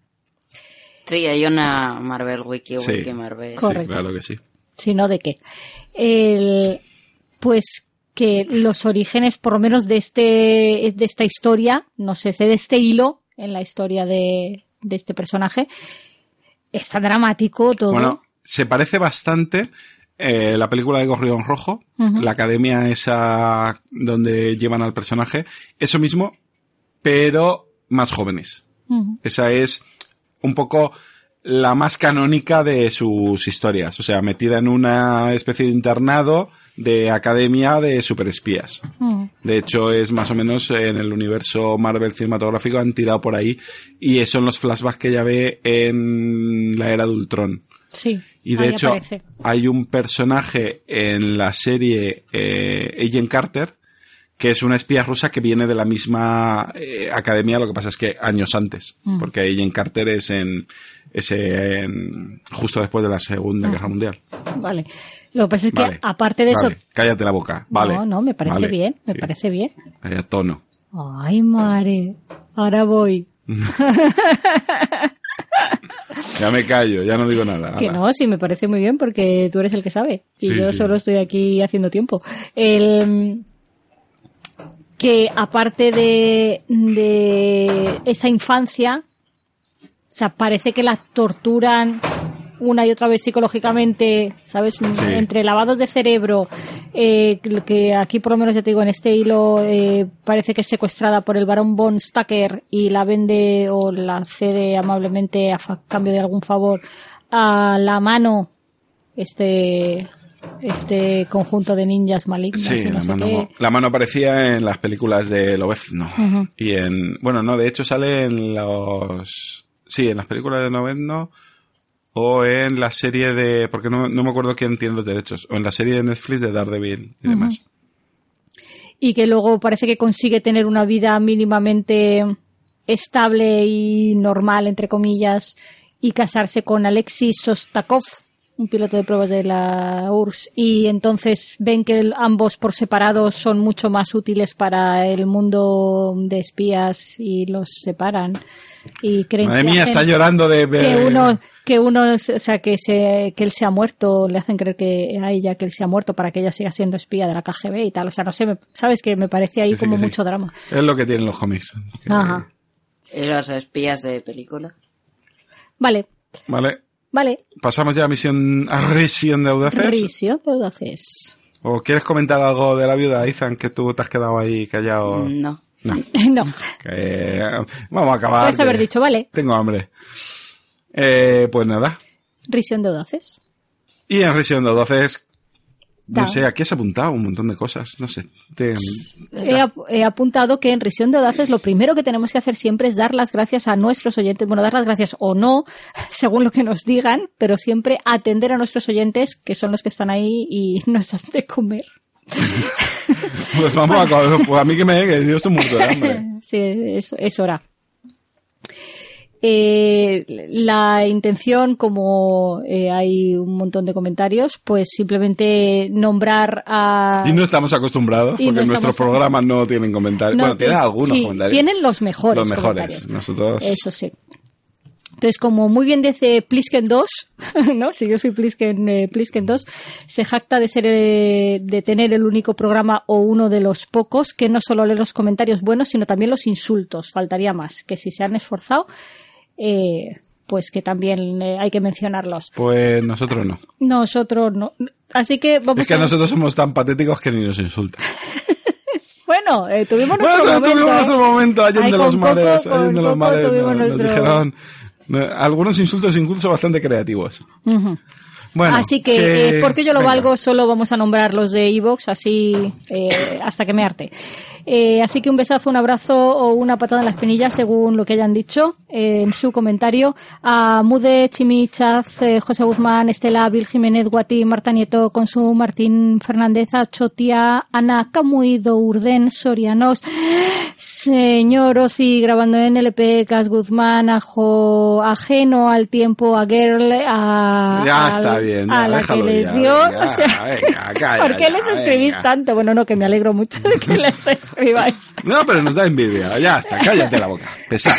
Speaker 4: Sí, hay una Marvel Wiki,
Speaker 2: Sí.
Speaker 4: Wiki Marvel.
Speaker 2: Sí,
Speaker 3: Correcto.
Speaker 2: claro que sí.
Speaker 3: si no de qué, el, pues que los orígenes, por lo menos de, este, de esta historia, no sé, de este hilo en la historia de, de este personaje, está dramático todo.
Speaker 2: Bueno, se parece bastante eh, la película de Gorrión Rojo,
Speaker 3: Ujú.
Speaker 2: la academia esa donde llevan al personaje, eso mismo, pero más jóvenes.
Speaker 3: Ujú.
Speaker 2: Esa es un poco la más canónica de sus historias, o sea, metida en una especie de internado de academia de superespías.
Speaker 3: Ujú.
Speaker 2: De hecho, es más o menos eh, en el universo Marvel cinematográfico han tirado por ahí y son los flashbacks que ya ve en la era de Ultron.
Speaker 3: Sí,
Speaker 2: Y de
Speaker 3: ahí
Speaker 2: hecho,
Speaker 3: aparece.
Speaker 2: hay un personaje en la serie eh, Agent Carter que es una espía rusa que viene de la misma eh, academia, lo que pasa es que años antes,
Speaker 12: Mm.
Speaker 2: porque Agent Carter es en, es en- justo después de la Segunda
Speaker 3: Ah.
Speaker 2: Guerra Mundial.
Speaker 3: Vale. Lo que pasa es que,
Speaker 2: Vale.
Speaker 3: aparte de
Speaker 2: Vale,
Speaker 3: eso...
Speaker 2: cállate la boca, vale.
Speaker 3: No, no, me parece
Speaker 2: vale.
Speaker 3: bien, me
Speaker 2: Sí,
Speaker 3: parece bien.
Speaker 2: Vaya tono.
Speaker 3: Ay, madre, ahora voy.
Speaker 2: Ya me callo, ya no digo nada.
Speaker 3: Que
Speaker 2: ala.
Speaker 3: no, sí, me parece muy bien porque tú eres el que sabe y
Speaker 2: Sí,
Speaker 3: yo
Speaker 2: sí.
Speaker 3: solo estoy aquí haciendo tiempo. El, mm, que aparte de, de esa infancia, o sea, parece que la torturan una y otra vez psicológicamente, ¿sabes? Entre lavados de cerebro, eh, lo que aquí por lo menos ya te digo, en este hilo eh, parece que es secuestrada por el barón Von Stacker y la vende o la cede amablemente a fa- cambio de algún favor a la mano este este conjunto de ninjas malignos.
Speaker 2: Sí,
Speaker 3: y no
Speaker 2: la,
Speaker 3: sé
Speaker 2: mano,
Speaker 3: qué.
Speaker 2: la mano aparecía en las películas de Lobezno.
Speaker 3: Ujú.
Speaker 2: Y en. Bueno, no, de hecho sale en los. Sí, en las películas de Lobezno. O en la serie de. Porque no, no me acuerdo quién tiene los derechos. O en la serie de Netflix de Daredevil y demás.
Speaker 3: y que luego parece que consigue tener una vida mínimamente estable y normal, entre comillas, y casarse con Alexis Sostakov, un piloto de pruebas de la URSS, y entonces ven que el- ambos por separado son mucho más útiles para el mundo de espías y los separan. Y creen
Speaker 2: Madre
Speaker 3: que
Speaker 2: mía,
Speaker 3: hacen-
Speaker 2: está llorando de.
Speaker 3: que
Speaker 2: de-
Speaker 3: uno que uno o sea que se que él se ha muerto le hacen creer que a ella que él se ha muerto para que ella siga siendo espía de la KGB y tal o sea no sé me- sabes que me parece ahí
Speaker 2: Que sí,
Speaker 3: como
Speaker 2: que sí.
Speaker 3: mucho drama
Speaker 2: Es lo que tienen los cómics.
Speaker 3: Ajá.
Speaker 4: ¿Y los espías de película?
Speaker 3: Vale,
Speaker 2: ¿Vale?
Speaker 3: vale.
Speaker 2: Pasamos ya a misión a risión de audaces.
Speaker 3: Risio de audaces.
Speaker 2: ¿O quieres comentar algo de la viuda, Ethan, que tú te has quedado ahí callado?
Speaker 4: No.
Speaker 3: no,
Speaker 2: Que, eh, vamos a acabar.
Speaker 3: puedes
Speaker 2: que
Speaker 3: haber dicho, vale,
Speaker 2: Tengo hambre. Eh, pues nada.
Speaker 3: risión de audaces.
Speaker 2: Y en risión de audaces, no
Speaker 3: Da.
Speaker 2: sé, aquí has apuntado un montón de cosas. No sé. Te-
Speaker 3: He, ap- he apuntado que en Risión de Audaces lo primero que tenemos que hacer siempre es dar las gracias a nuestros oyentes, bueno, dar las gracias o no, según lo que nos digan, pero siempre atender a nuestros oyentes, que son los que están ahí y nos dan de comer.
Speaker 2: Pues vamos a acabar. Pues a mí que me que yo estoy muerto de hambre.
Speaker 3: Sí, es, es hora. Eh, la intención, como eh, hay un montón de comentarios, pues simplemente nombrar a...
Speaker 2: Y no estamos acostumbrados
Speaker 3: Y
Speaker 2: porque
Speaker 3: no
Speaker 2: nuestros
Speaker 3: estamos-
Speaker 2: programas no tienen comentarios.
Speaker 3: No,
Speaker 2: bueno, tienen
Speaker 3: ti-
Speaker 2: algunos
Speaker 3: sí,
Speaker 2: comentarios.
Speaker 3: Tienen los mejores.
Speaker 2: Los mejores.
Speaker 3: comentarios.
Speaker 2: Nosotros-
Speaker 3: Eso sí. Entonces, como muy bien dice Plisken 2, ¿no? Si yo soy Plisken, eh, Plisken 2, se jacta de ser, eh, de tener el único programa o uno de los pocos que no solo lee los comentarios buenos, sino también los insultos. Faltaría más. Que si se han esforzado, eh, pues que también eh, hay que mencionarlos.
Speaker 2: Pues nosotros no.
Speaker 3: Nosotros no. Así que vamos
Speaker 2: Es que
Speaker 3: a.
Speaker 2: nosotros somos tan patéticos que ni nos insultan.
Speaker 3: Bueno, eh, tuvimos
Speaker 2: Bueno,
Speaker 3: nuestro momento.
Speaker 2: tuvimos
Speaker 3: ¿eh?
Speaker 2: nuestro momento ayer
Speaker 3: Ahí
Speaker 2: de
Speaker 3: con
Speaker 2: los
Speaker 3: Coco,
Speaker 2: mares.
Speaker 3: con
Speaker 2: Allende los
Speaker 3: Coco
Speaker 2: mares nos-
Speaker 3: tuvimos
Speaker 2: nos,
Speaker 3: nuestro-
Speaker 2: dijeron no, algunos insultos, incluso bastante creativos.
Speaker 3: Ujú.
Speaker 2: Bueno,
Speaker 3: así que, eh, porque yo lo
Speaker 2: venga.
Speaker 3: valgo, solo vamos a nombrar los de Evox, así eh, hasta que me harte. Eh, así que un besazo, un abrazo o una patada en las penillas, según lo que hayan dicho eh, en su comentario. A Mude, Chimichaz, eh, José Guzmán, Estela, Abril Jiménez, Guati, Marta Nieto, Consu, Martín Fernández, Chotia, Ana Camuido, Urden, Sorianos, Señor Ozi, grabando en LP, Cas Guzmán, Ajo, ajeno al tiempo, a Girl, a.
Speaker 2: Ya
Speaker 3: al-
Speaker 2: está bien, ya,
Speaker 3: a la que
Speaker 2: déjalo
Speaker 3: les
Speaker 2: ya,
Speaker 3: dio.
Speaker 2: venga,
Speaker 3: o sea,
Speaker 2: venga, calla
Speaker 3: ¿Por qué
Speaker 2: ya,
Speaker 3: les escribís
Speaker 2: venga.
Speaker 3: tanto? Bueno, no, que me alegro mucho de que les escribáis.
Speaker 2: No, pero nos da envidia. Ya está, cállate la boca. Pesado.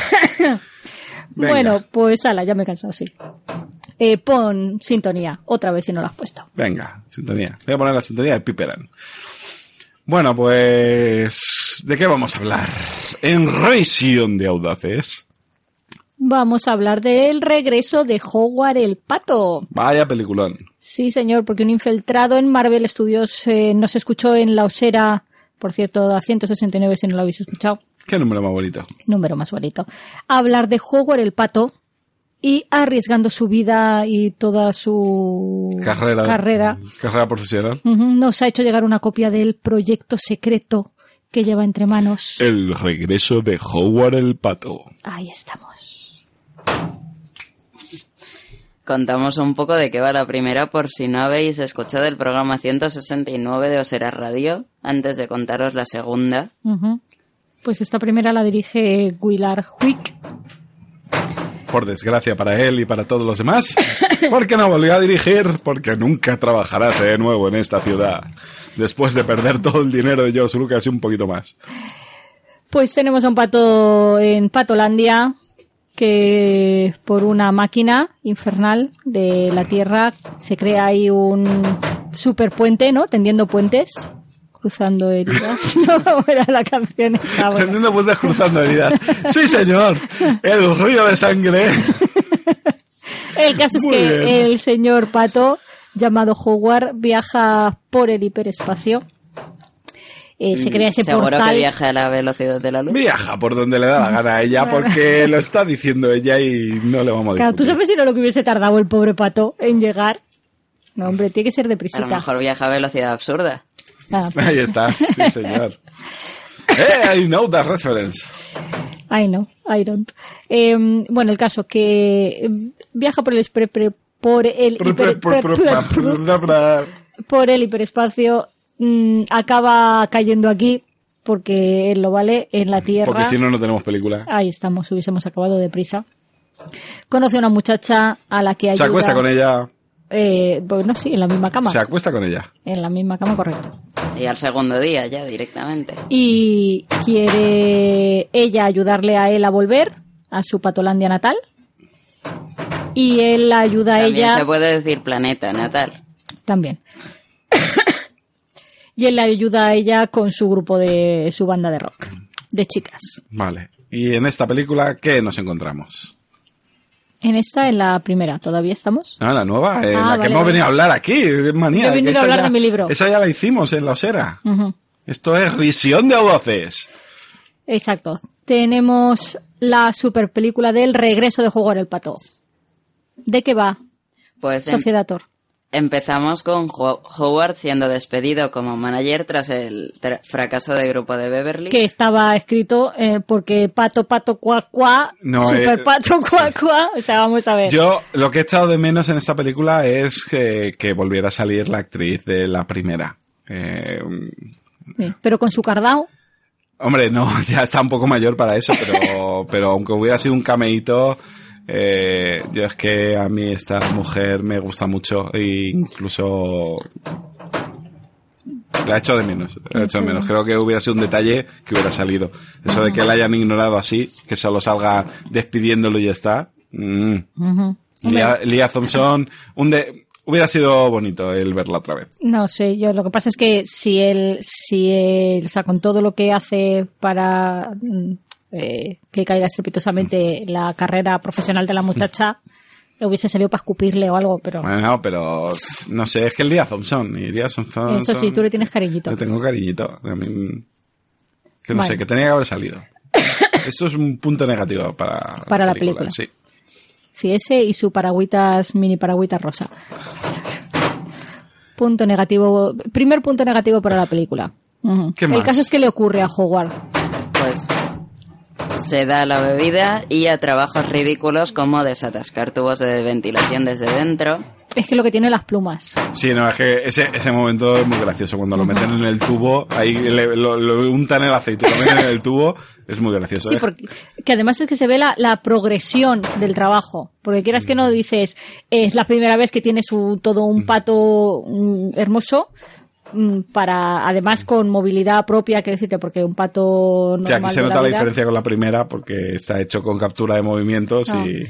Speaker 2: Venga.
Speaker 3: Bueno, pues ala, ya me he cansado, sí. Eh, pon sintonía, otra vez si no la has puesto.
Speaker 2: Venga, sintonía. Voy a poner la sintonía de Piperan. Bueno, pues. ¿De qué vamos a hablar? En Risión de Audaces.
Speaker 3: Vamos a hablar del regreso de Howard el Pato.
Speaker 2: Vaya peliculón.
Speaker 3: Sí, señor, porque un infiltrado en Marvel Studios eh, nos escuchó en la osera, por cierto, a 169 si no lo habéis escuchado.
Speaker 2: Qué número más bonito.
Speaker 3: número más bonito. Hablar de Howard el Pato y arriesgando su vida y toda su
Speaker 2: Carrera.
Speaker 3: carrera,
Speaker 2: Carrera profesional.
Speaker 3: ujú, nos ha hecho llegar una copia del proyecto secreto que lleva entre manos.
Speaker 2: El regreso de Howard el Pato.
Speaker 3: Ahí estamos.
Speaker 4: Contamos un poco de qué va la primera por si no habéis escuchado el programa 169 de Osera Radio antes de contaros la segunda.
Speaker 3: Ujú. Pues esta primera la dirige Willard Wick.
Speaker 2: Por desgracia para él y para todos los demás. Porque no volvió a dirigir, porque nunca trabajarás de nuevo en esta ciudad. Después de perder todo el dinero de George Lucas y un poquito más.
Speaker 3: Ah, Pues tenemos a un pato en Patolandia que por una máquina infernal de la Tierra se crea ahí un superpuente, ¿no? Tendiendo puentes, cruzando heridas. no, ¿cómo era la canción esa? Bueno,
Speaker 2: Tendiendo puentes cruzando heridas. Sí, señor. El río de sangre.
Speaker 3: El caso es
Speaker 2: Muy
Speaker 3: que
Speaker 2: bien.
Speaker 3: el señor pato, llamado Howard, viaja por el hiperespacio. Eh, se crea ese
Speaker 4: Mm, Seguro
Speaker 3: portal.
Speaker 4: que viaja a la velocidad de la luz.
Speaker 2: Viaja por donde le da la gana a ella porque lo está diciendo ella y no le vamos a
Speaker 3: Claro,
Speaker 2: discutir.
Speaker 3: tú sabes si no lo que hubiese tardado el pobre pato en llegar. No, hombre, tiene que ser
Speaker 4: A lo
Speaker 3: deprisita.
Speaker 4: mejor viaja a velocidad absurda.
Speaker 3: Ah,
Speaker 2: Ahí está, sí, señor. Eh, I know that reference.
Speaker 3: I know, I don't. Eh, bueno, el caso que eh, viaja por el espre- pre- por el hiper- pre- pre- por el hiperespacio mm, acaba cayendo aquí porque él lo vale en la Tierra.
Speaker 2: Porque si no, no tenemos película.
Speaker 3: Ahí estamos, hubiésemos acabado deprisa. Conoce a una muchacha a la que ayuda.
Speaker 2: Se acuesta con ella.
Speaker 3: Eh, bueno, sí, en la misma cama.
Speaker 2: Se acuesta con ella.
Speaker 3: En la misma cama, correcto.
Speaker 4: Y al segundo día ya directamente.
Speaker 3: y quiere ella ayudarle a él a volver a su Patolandia natal y él la ayuda a
Speaker 4: También
Speaker 3: ella
Speaker 4: se puede decir planeta natal.
Speaker 3: también y él la ayuda a ella con su grupo de su banda de rock de chicas
Speaker 2: Vale. Y en esta película, ¿qué nos encontramos?
Speaker 3: En esta, en la primera, ¿todavía estamos?
Speaker 2: No, la nueva, eh, la
Speaker 3: Ah, vale,
Speaker 2: que hemos
Speaker 3: vale.
Speaker 2: venido a hablar aquí, es manía.
Speaker 3: Yo he
Speaker 2: que
Speaker 3: venido a
Speaker 2: esa
Speaker 3: hablar
Speaker 2: ya-
Speaker 3: de mi libro.
Speaker 2: Esa ya la hicimos en la osera.
Speaker 3: Ujú.
Speaker 2: Esto es risión de audaces.
Speaker 3: Exacto. Tenemos la super película del regreso de jugar el pato. ¿De qué va?
Speaker 4: Pues em-
Speaker 3: Sociedad Tor.
Speaker 4: empezamos con Ho- Howard siendo despedido como manager tras el tra- fracaso del grupo de Beverly.
Speaker 3: Que estaba escrito eh, porque pato, pato, cuá, cuá,
Speaker 2: No, eh,
Speaker 3: super pato, cuá, cuá. O sea, vamos a ver.
Speaker 2: Yo lo que he echado de menos en esta película es que, que volviera a salir la actriz de la primera. Eh,
Speaker 3: Sí, Pero con su cardao.
Speaker 2: hombre, no, ya está un poco mayor para eso, pero, pero aunque hubiera sido un cameíto, eh, yo es que a mí esta mujer me gusta mucho e incluso la he hecho de menos, la he hecho de menos. Creo que hubiera sido un detalle que hubiera salido. Eso de que la hayan ignorado así, que solo salga despidiéndolo y ya está. mm.
Speaker 3: Ujú. Hombre,
Speaker 2: Lia, Lia Thompson, un de- hubiera sido bonito el verla otra vez.
Speaker 3: No sé, yo lo que pasa es que si él, si él, o sea, con todo lo que hace para mm, eh, que caiga estrepitosamente la carrera profesional de la muchacha, le hubiese salido para escupirle o algo, pero
Speaker 2: Bueno, pero no sé, es que el Lia Thompson, y Lia Thompson.
Speaker 3: eso sí, tú le tienes cariñito.
Speaker 2: le tengo cariñito. a mí- que no
Speaker 3: Vale.
Speaker 2: sé, que tenía que haber salido. Esto es un punto negativo para,
Speaker 3: Para la película.
Speaker 2: Sí.
Speaker 3: Sí, ese y su paragüitas, mini paragüitas rosa. punto negativo, primer punto negativo para la película. Ujú.
Speaker 4: ¿Qué
Speaker 3: El
Speaker 4: más?
Speaker 3: caso es que le ocurre a Howard.
Speaker 4: Pues, Se da la bebida y a trabajos ridículos como desatascar tubos de ventilación desde dentro.
Speaker 3: Es que lo que tiene las plumas.
Speaker 2: Sí, no, es que ese, ese momento es muy gracioso. Cuando lo meten en el tubo, ahí le- lo, lo untan el aceite y lo meten en el tubo, es muy gracioso. ¿eh?
Speaker 3: Sí,
Speaker 2: Es-
Speaker 3: porque que además es que se ve la, la progresión del trabajo. Porque quieras que
Speaker 2: Mm.
Speaker 3: no dices, es la primera vez que tienes un- todo un pato mm, hermoso. mm, Para, además con movilidad propia, que decirte, porque un pato normal
Speaker 2: o sea, aquí se
Speaker 3: de
Speaker 2: nota la
Speaker 3: vida-
Speaker 2: diferencia con la primera porque está hecho con captura de movimientos
Speaker 3: Ah.
Speaker 2: y...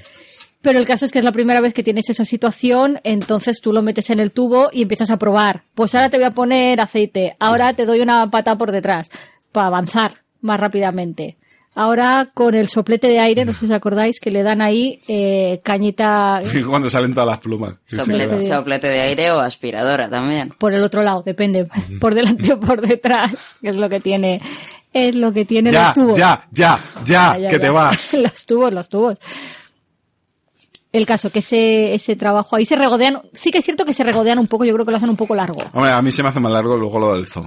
Speaker 3: Pero el caso es que es la primera vez que tienes esa situación, entonces tú lo metes en el tubo y empiezas a probar. Pues ahora te voy a poner aceite, ahora te doy una pata por detrás para avanzar más rápidamente. Ahora con el soplete de aire, no sé si os acordáis, que le dan ahí eh, cañita
Speaker 2: Y cuando salen todas las plumas. que se
Speaker 4: Soplete,
Speaker 2: queda.
Speaker 4: soplete de aire o aspiradora también.
Speaker 3: por el otro lado, depende, por delante o por detrás, que es lo que tiene, es lo que tiene
Speaker 2: Ya,
Speaker 3: los tubos.
Speaker 2: ya, ya, ya,
Speaker 3: Ya, ya,
Speaker 2: Ah, que
Speaker 3: ya.
Speaker 2: te vas.
Speaker 3: los tubos, los tubos. El caso que ese, ese trabajo ahí se regodean, sí que es cierto que se regodean un poco, yo creo que lo hacen un poco largo.
Speaker 2: Hombre, a mí se me hace más largo luego lo del zoo.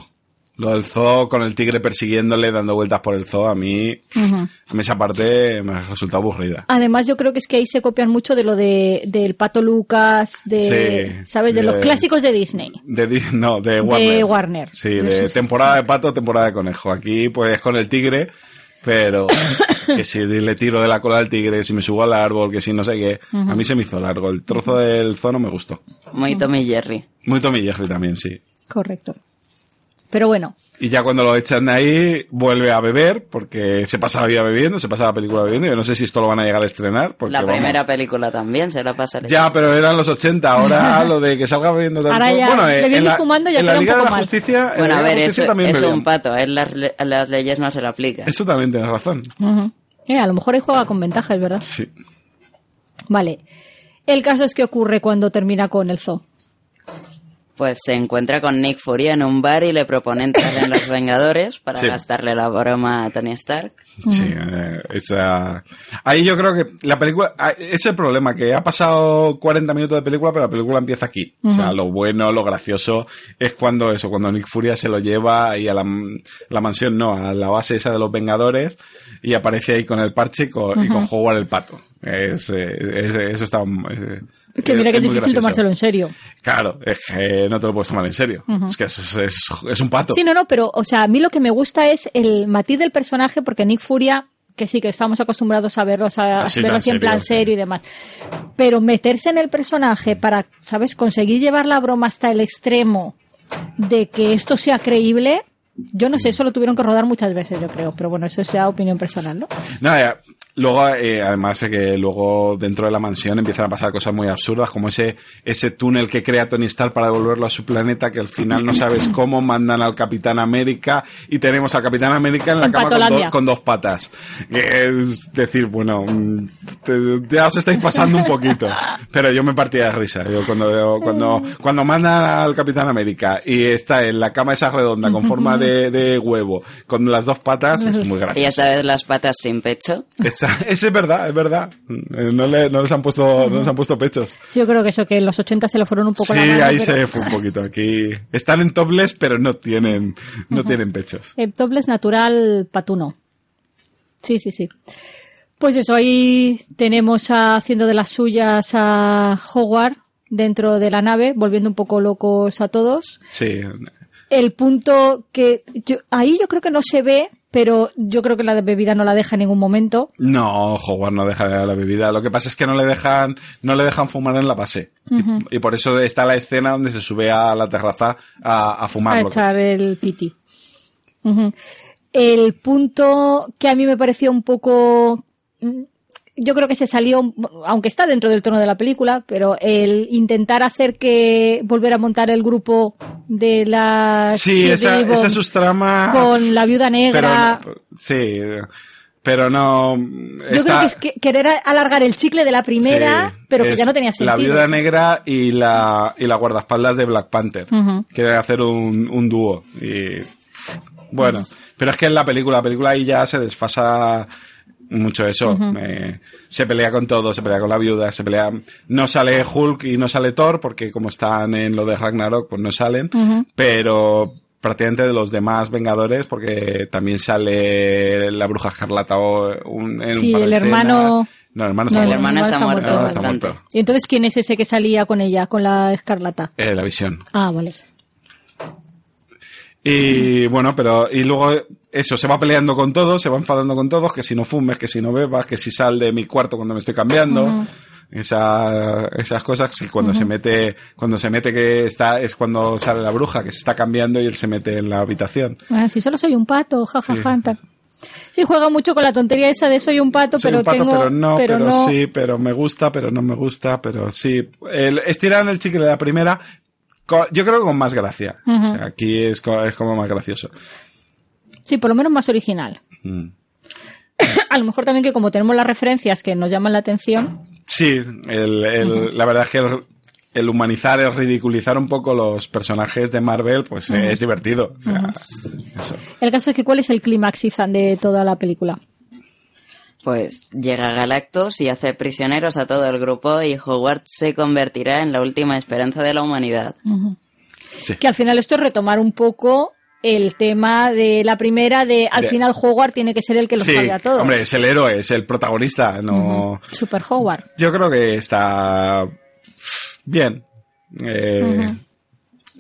Speaker 2: Lo del zoo con el tigre persiguiéndole, dando vueltas por el zoo, a mí, a mí esa parte me resulta aburrida.
Speaker 3: Además, yo creo que es que ahí se copian mucho de lo de, del Pato Lucas, de,
Speaker 2: Sí,
Speaker 3: ¿sabes? De
Speaker 2: de-
Speaker 3: los clásicos de Disney.
Speaker 2: De, Di- no, de Warner.
Speaker 3: De Warner.
Speaker 2: Sí, de temporada de pato, temporada de conejo. Aquí, pues, con el tigre, pero que si le tiro de la cola al tigre, si me subo al árbol, que si no sé qué.
Speaker 4: Ujú.
Speaker 2: A mí se me hizo largo. El trozo del zoo no me gustó.
Speaker 4: Muy Tommy Jerry.
Speaker 2: Muy Tommy Jerry también, sí.
Speaker 3: Correcto. Pero bueno,
Speaker 2: Y ya cuando lo echan de ahí, vuelve a beber, porque se pasa la vida bebiendo, se pasa la película bebiendo. Yo no sé si esto lo van a llegar a estrenar. Porque,
Speaker 4: La
Speaker 2: vamos,
Speaker 4: primera película también se la pasa.
Speaker 2: Ya, pero eran los 80, ahora lo de que salga bebiendo tal
Speaker 4: Ahora
Speaker 2: cual-
Speaker 4: ya,
Speaker 2: eh,
Speaker 4: bebiendo
Speaker 2: en
Speaker 4: y
Speaker 2: la,
Speaker 4: fumando ya
Speaker 2: en la
Speaker 4: queda un
Speaker 2: Liga de
Speaker 4: poco
Speaker 2: la
Speaker 4: más.
Speaker 2: Justicia, en
Speaker 4: Bueno,
Speaker 2: la
Speaker 4: a
Speaker 2: Liga de
Speaker 4: ver,
Speaker 2: la
Speaker 4: es,
Speaker 2: Justicia también
Speaker 4: es
Speaker 2: bebían.
Speaker 4: un pato, es las, le- las leyes no se le aplican.
Speaker 2: Eso también tienes razón.
Speaker 3: ujú. Eh, a lo mejor ahí juega con ventajas, ¿verdad?
Speaker 2: Sí.
Speaker 3: Vale. El caso es que ocurre cuando termina con el zoo.
Speaker 4: Pues se encuentra con Nick Fury en un bar y le propone entrar en Los Vengadores para
Speaker 2: Sí.
Speaker 4: gastarle la broma a Tony Stark.
Speaker 2: Sí, eh, esa- Ahí yo creo que la película... ah, Es el problema, que ha pasado 40 minutos de película, pero la película empieza aquí. O sea,
Speaker 12: Ujú.
Speaker 2: lo bueno, lo gracioso, es cuando eso, cuando Nick Furia se lo lleva ahí a la, la mansión, no, a la base esa de los Vengadores, y aparece ahí con el parche y con, y con
Speaker 3: Ujú.
Speaker 2: Howard el pato. Es, eh, es- eso está... es-
Speaker 3: Que mira que es
Speaker 2: muy
Speaker 3: difícil
Speaker 2: gracioso.
Speaker 3: tomárselo en serio.
Speaker 2: Claro, es que no te lo puedes tomar en serio.
Speaker 3: Ujú.
Speaker 2: Es que eso es, es, es un pato.
Speaker 3: Sí, no, no, pero, o sea, a mí lo que me gusta es el matiz del personaje, porque Nick Furia, que sí, que estamos acostumbrados a verlo, a, a
Speaker 13: Así,
Speaker 3: verlo
Speaker 13: tan
Speaker 3: así en
Speaker 13: serio,
Speaker 3: plan
Speaker 13: sí.
Speaker 3: serio y demás. Pero meterse en el personaje para, ¿sabes?, conseguir llevar la broma hasta el extremo de que esto sea creíble, yo no sé, eso lo tuvieron que rodar muchas veces, yo creo. Pero bueno, eso sea opinión personal, ¿no?
Speaker 2: No, ya, Luego, eh, además, eh, que luego dentro de la mansión empiezan a pasar cosas muy absurdas, como ese, ese túnel que crea Tony Stark para devolverlo a su planeta, que al final no sabes cómo mandan al Capitán América y tenemos al Capitán América en la
Speaker 3: En
Speaker 2: cama con,
Speaker 3: Patolandia.
Speaker 2: dos- con dos patas. Eh, Es decir, bueno, mm, te- ya os estáis pasando un poquito. Pero yo me partía de risa. Yo cuando, veo- cuando, cuando manda al Capitán América y está en la cama esa redonda con forma de, de huevo, con las dos patas, es muy gracioso.
Speaker 4: Ya sabes, las patas sin pecho.
Speaker 2: Esa, esa es verdad, es verdad. Eh, No, le, no les han puesto, no les han puesto pechos.
Speaker 3: Yo creo que eso, que en los 80 se lo fueron un poco
Speaker 2: Sí,
Speaker 3: la mano,
Speaker 2: ahí
Speaker 3: pero-
Speaker 2: se fue un poquito. Aquí están en topless, pero no tienen, no tienen pechos.
Speaker 3: El topless natural patuno. Sí, sí, sí. Pues eso, ahí tenemos a- haciendo de las suyas a Howard dentro de la nave, volviendo un poco locos a todos.
Speaker 2: Sí.
Speaker 3: El punto que yo- ahí yo creo que no se ve, pero yo creo que la bebida no la deja en ningún momento.
Speaker 2: No, Howard no deja la bebida. Lo que pasa es que no le dejan, no le dejan fumar en la base.
Speaker 3: Ujú.
Speaker 2: Y por eso está la escena donde se sube a la terraza a, a fumar.
Speaker 3: a
Speaker 2: lo que-
Speaker 3: echar el piti. Ujú. El punto que a mí me pareció un poco... mm, Yo creo que se salió, aunque está dentro del tono de la película, pero el intentar hacer que volver a montar el grupo de las...
Speaker 2: Sí, esa,
Speaker 3: cheerleading
Speaker 2: esa es
Speaker 3: bombs
Speaker 2: su trama.
Speaker 3: Con la viuda negra.
Speaker 2: Pero, no- sí. Pero no.
Speaker 3: Yo
Speaker 2: está-
Speaker 3: creo que es que querer alargar el chicle de la primera,
Speaker 2: Sí,
Speaker 3: pero que
Speaker 2: es
Speaker 3: ya no tenía sentido.
Speaker 2: La viuda negra y la, y la guardaespaldas de Black Panther.
Speaker 3: Ujú.
Speaker 2: Quieren hacer un, un dúo. Y, bueno, pero es que en la película, la película ahí ya se desfasa mucho eso.
Speaker 12: Ujú.
Speaker 2: Eh, se pelea con todo, se pelea con la viuda, se pelea... No sale Hulk y no sale Thor, porque como están en lo de Ragnarok, pues no salen.
Speaker 12: Ujú.
Speaker 2: Pero prácticamente de los demás Vengadores, porque también sale la Bruja Escarlata o un, en un
Speaker 3: Sí,
Speaker 2: par de
Speaker 3: el hermano-
Speaker 2: escenas. No, el hermano está
Speaker 3: No, el
Speaker 2: muerto.
Speaker 3: hermano está muerto,
Speaker 2: El hermano
Speaker 4: bastante.
Speaker 2: muerto.
Speaker 3: Y entonces, ¿quién es ese que salía con ella, con la escarlata?
Speaker 2: Eh, la visión.
Speaker 3: Ah, vale.
Speaker 2: Y bueno, pero. Y luego eso, se va peleando con todos, se va enfadando con todos, que si no fumes, que si no bebas, que si sal de mi cuarto cuando me estoy cambiando.
Speaker 12: Ujú.
Speaker 2: Esa- esas cosas y cuando
Speaker 12: Ujú.
Speaker 2: se mete cuando se mete que está es cuando sale la bruja que se está cambiando y él se mete en la habitación
Speaker 3: Ah, sí, solo soy un pato, jajaja.
Speaker 2: Sí.
Speaker 3: tal. Sí, juega mucho con la tontería esa de soy un pato,
Speaker 2: Soy
Speaker 3: pero
Speaker 2: un pato,
Speaker 3: tengo.
Speaker 2: pero no, pero,
Speaker 3: no.
Speaker 2: sí, pero me gusta, pero no me gusta, pero sí. El, estiran el chicle de la primera, co- yo creo que con más gracia.
Speaker 3: Ujú.
Speaker 2: O sea, aquí es, co- es como más gracioso.
Speaker 3: Sí, por lo menos más original.
Speaker 2: Mm.
Speaker 3: A lo mejor también que como tenemos las referencias que nos llaman la atención.
Speaker 2: Sí, el- el- la verdad es que el, el humanizar, el ridiculizar un poco los personajes de Marvel, pues eh,
Speaker 3: Ujú.
Speaker 2: es divertido. O sea, eso.
Speaker 3: El caso es que ¿cuál es el clímax Izan, de toda la película?
Speaker 4: Pues llega Galactus y hace prisioneros a todo el grupo y Howard se convertirá en la última esperanza de la humanidad.
Speaker 3: Ujú.
Speaker 2: Sí.
Speaker 3: Que al final esto es retomar un poco el tema de la primera de al
Speaker 2: De-
Speaker 3: final Howard tiene que ser el que los
Speaker 2: Sí,
Speaker 3: salve a todos.
Speaker 2: hombre, es el héroe, es el protagonista, no...
Speaker 3: Super Howard.
Speaker 2: Yo creo que está bien. Eh,
Speaker 4: Ujú.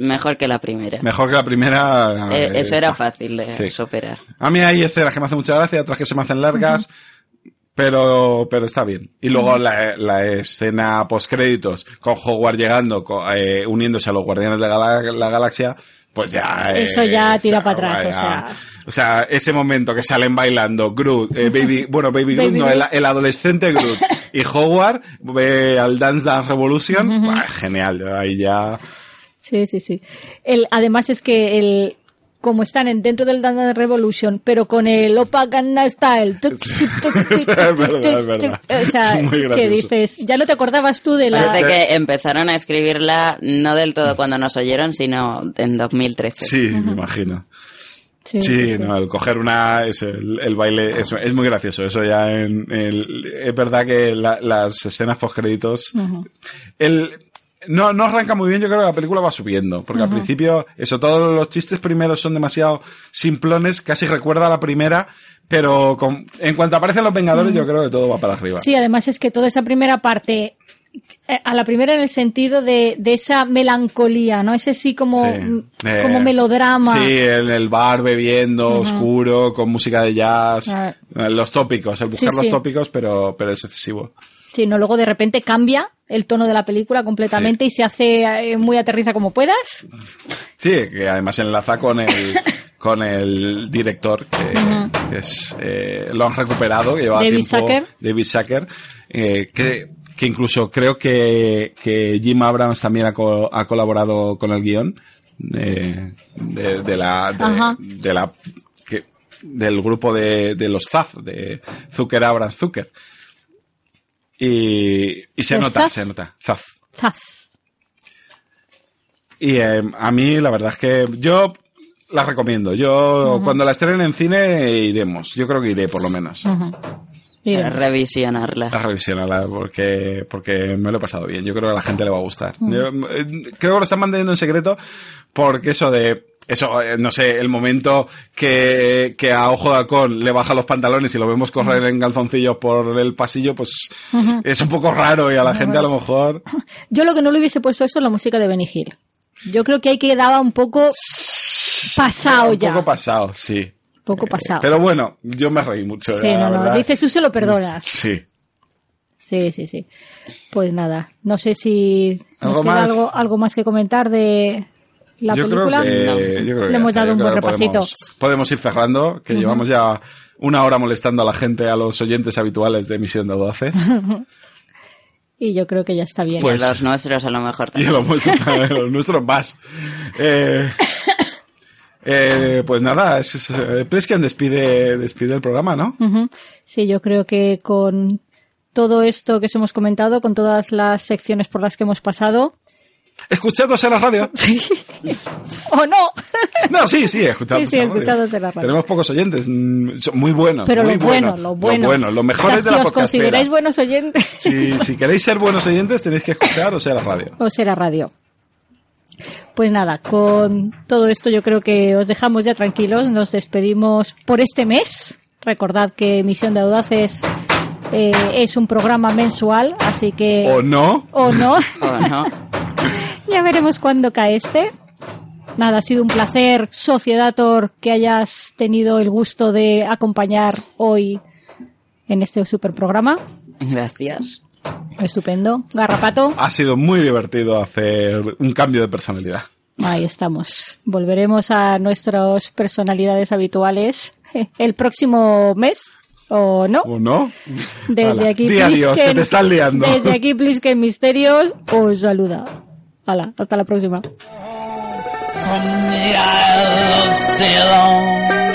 Speaker 4: Mejor que la primera.
Speaker 2: Mejor que la primera.
Speaker 4: Eh,
Speaker 2: eh,
Speaker 4: eso era
Speaker 2: está.
Speaker 4: fácil de
Speaker 2: Sí.
Speaker 4: superar.
Speaker 2: A mí hay escenas que me hacen mucha gracia, otras que se me hacen largas, pero, pero está bien. Y luego la, la escena post-créditos con Howard llegando, co- eh, uniéndose a los Guardianes de Gala- la Galaxia, pues ya... eh,
Speaker 3: Eso ya tira
Speaker 2: o sea,
Speaker 3: para atrás, o
Speaker 2: ya-
Speaker 3: sea.
Speaker 2: o sea, ese momento que salen bailando Groot, eh, Baby, bueno, Baby Groot,
Speaker 3: Baby
Speaker 2: no,
Speaker 3: Groot.
Speaker 2: el, el adolescente Groot y Howard eh, al Dance Dance Revolution,
Speaker 3: Ujú.
Speaker 2: bah, genial, ahí ya...
Speaker 3: Sí, sí, sí. El, además es que el como están en, dentro del Dance Revolution, pero con el Opaganda Style. tuc, tuc, tuc, tuc,
Speaker 2: es verdad, es
Speaker 3: tuc,
Speaker 2: verdad.
Speaker 3: o sea,
Speaker 4: Es muy
Speaker 3: que
Speaker 4: gracioso.
Speaker 3: dices, ya no te acordabas tú de la...
Speaker 4: Parece que empezaron a escribirla no del todo cuando nos oyeron, sino en 2013.
Speaker 2: Sí, me imagino.
Speaker 3: Sí, Ah.
Speaker 2: Sí, no, el coger una, es el, el baile, es, es muy gracioso. Eso ya en, el- es verdad que la- las escenas post créditos,
Speaker 12: Ujú.
Speaker 2: el, no, no arranca muy bien, yo creo que la película va subiendo, porque al
Speaker 12: Ujú.
Speaker 2: principio, eso, todos los chistes primeros son demasiado simplones, casi recuerda a la primera, pero con- en cuanto aparecen los Vengadores, yo creo que todo va para arriba.
Speaker 3: Sí, además es que toda esa primera parte, eh, a la primera en el sentido de, de esa melancolía, ¿no? Ese sí como,
Speaker 2: Sí.
Speaker 3: mm,
Speaker 2: Eh,
Speaker 3: como melodrama.
Speaker 2: Sí, en el bar bebiendo,
Speaker 3: Ujú.
Speaker 2: oscuro, con música de jazz,
Speaker 3: Ah.
Speaker 2: eh, los tópicos, el
Speaker 3: Sí,
Speaker 2: buscar los
Speaker 3: sí.
Speaker 2: tópicos, pero, pero es excesivo.
Speaker 3: Sí, no, luego de repente cambia el tono de la película completamente y se hace eh, muy aterriza como puedas.
Speaker 2: Sí, que además enlaza con el con el director que,
Speaker 3: Ujú.
Speaker 2: que es, eh, lo han recuperado, que llevaba
Speaker 3: David
Speaker 2: tiempo,
Speaker 3: Zucker.
Speaker 2: David Zucker, eh, que, que incluso creo que, que Jim Abrams también ha, co- ha colaborado con el guión eh, de, de la de,
Speaker 3: Ajá.
Speaker 2: de la que, del grupo de, de los Zaz, de Zucker Abrams Zucker. Y, y se
Speaker 3: ¿Los
Speaker 2: nota,
Speaker 3: Zaz?
Speaker 2: se nota. Zaz.
Speaker 3: Zas.
Speaker 2: Y eh, a mí la verdad es que yo la recomiendo. Yo
Speaker 3: Ujú.
Speaker 2: cuando la estrenen en cine iremos. Yo creo que iré por lo menos.
Speaker 3: Ujú. Y-
Speaker 4: Para revisionarla.
Speaker 2: A revisionarla porque, porque me lo he pasado bien. Yo creo que a la gente le va a gustar.
Speaker 4: Ujú.
Speaker 2: Yo, eh, creo que lo están manteniendo en secreto porque eso de... Eso, eh, no sé, el momento que, que a Ojo de Halcón le baja los pantalones y lo vemos correr en calzoncillos por el pasillo, pues
Speaker 3: Ujú.
Speaker 2: es un poco raro y a la gente a lo mejor...
Speaker 3: Yo lo que no le hubiese puesto eso es la música de Benny Hill. Yo creo que ahí quedaba un poco pasado
Speaker 2: Un
Speaker 3: Oh, ya.
Speaker 2: poco pasado, sí.
Speaker 3: poco pasado.
Speaker 2: Pero bueno, yo me reí mucho.
Speaker 3: Sí,
Speaker 2: la
Speaker 3: no, no.
Speaker 2: verdad.
Speaker 3: Dices, tú se lo perdonas.
Speaker 2: Sí.
Speaker 3: Sí, sí, sí. Pues nada, no sé si nos
Speaker 2: ¿Algo
Speaker 3: queda
Speaker 2: más?
Speaker 3: algo, algo más que comentar de la
Speaker 2: yo, creo
Speaker 3: película.
Speaker 2: que, yo creo que
Speaker 3: Le
Speaker 2: ya
Speaker 3: hemos
Speaker 2: está,
Speaker 3: dado
Speaker 2: yo
Speaker 3: un
Speaker 2: creo
Speaker 3: buen
Speaker 2: que
Speaker 3: repasito.
Speaker 2: Podemos, podemos ir cerrando, que
Speaker 3: Ujú.
Speaker 2: llevamos ya una hora molestando a la gente, a los oyentes habituales de Misión de Audaces.
Speaker 3: y yo creo que ya está bien.
Speaker 4: y a los nuestros a lo mejor
Speaker 2: pues y a
Speaker 4: también.
Speaker 2: los, nuestros- a los nuestros más. Eh, eh, pues nada, es, es- eh, Plisken despide, despide el programa, ¿no?
Speaker 3: Ujú.
Speaker 2: Pues-
Speaker 3: Sí, yo creo que con todo esto que os hemos comentado, con todas las secciones por las que hemos pasado,
Speaker 2: Escuchados en la radio.
Speaker 3: o ¡Oh, no,
Speaker 2: No, sí, sí, escuchados
Speaker 3: Sí, sí,
Speaker 2: en la radio.
Speaker 3: escuchados en la radio.
Speaker 2: Tenemos pocos oyentes, mm, son muy buenos.
Speaker 3: pero
Speaker 2: muy
Speaker 3: lo bueno,
Speaker 2: buenos,
Speaker 3: lo bueno.
Speaker 2: Lo bueno, lo mejor
Speaker 3: O sea,
Speaker 2: es de
Speaker 3: si
Speaker 2: la
Speaker 3: os consideráis
Speaker 2: podcastera.
Speaker 3: buenos oyentes,
Speaker 2: Si, si queréis ser buenos oyentes, tenéis que escuchar o sea la radio.
Speaker 3: o será radio. Pues nada, con todo esto yo creo que os dejamos ya tranquilos, nos despedimos por este mes. Recordad que Misión de Audaces eh, es un programa mensual, así que...
Speaker 2: ¿O no?
Speaker 3: O no.
Speaker 4: O no.
Speaker 3: Ya veremos cuándo cae este. Nada, ha sido un placer, Sociedator, que hayas tenido el gusto de acompañar hoy en este super programa.
Speaker 4: Gracias.
Speaker 3: Estupendo. Garrapato,
Speaker 2: Ha sido muy divertido hacer un cambio de personalidad.
Speaker 3: ahí estamos. Volveremos a nuestras personalidades habituales eh, el próximo mes, ¿o no?
Speaker 2: ¿O no?
Speaker 3: Desde
Speaker 2: Hala,
Speaker 3: aquí,
Speaker 2: di adiós, que
Speaker 3: Plisken-
Speaker 2: te estás liando.
Speaker 3: Desde aquí, Plisken Misterios, os saluda. Hala, hasta la próxima.
Speaker 5: from the Isle of Ceylon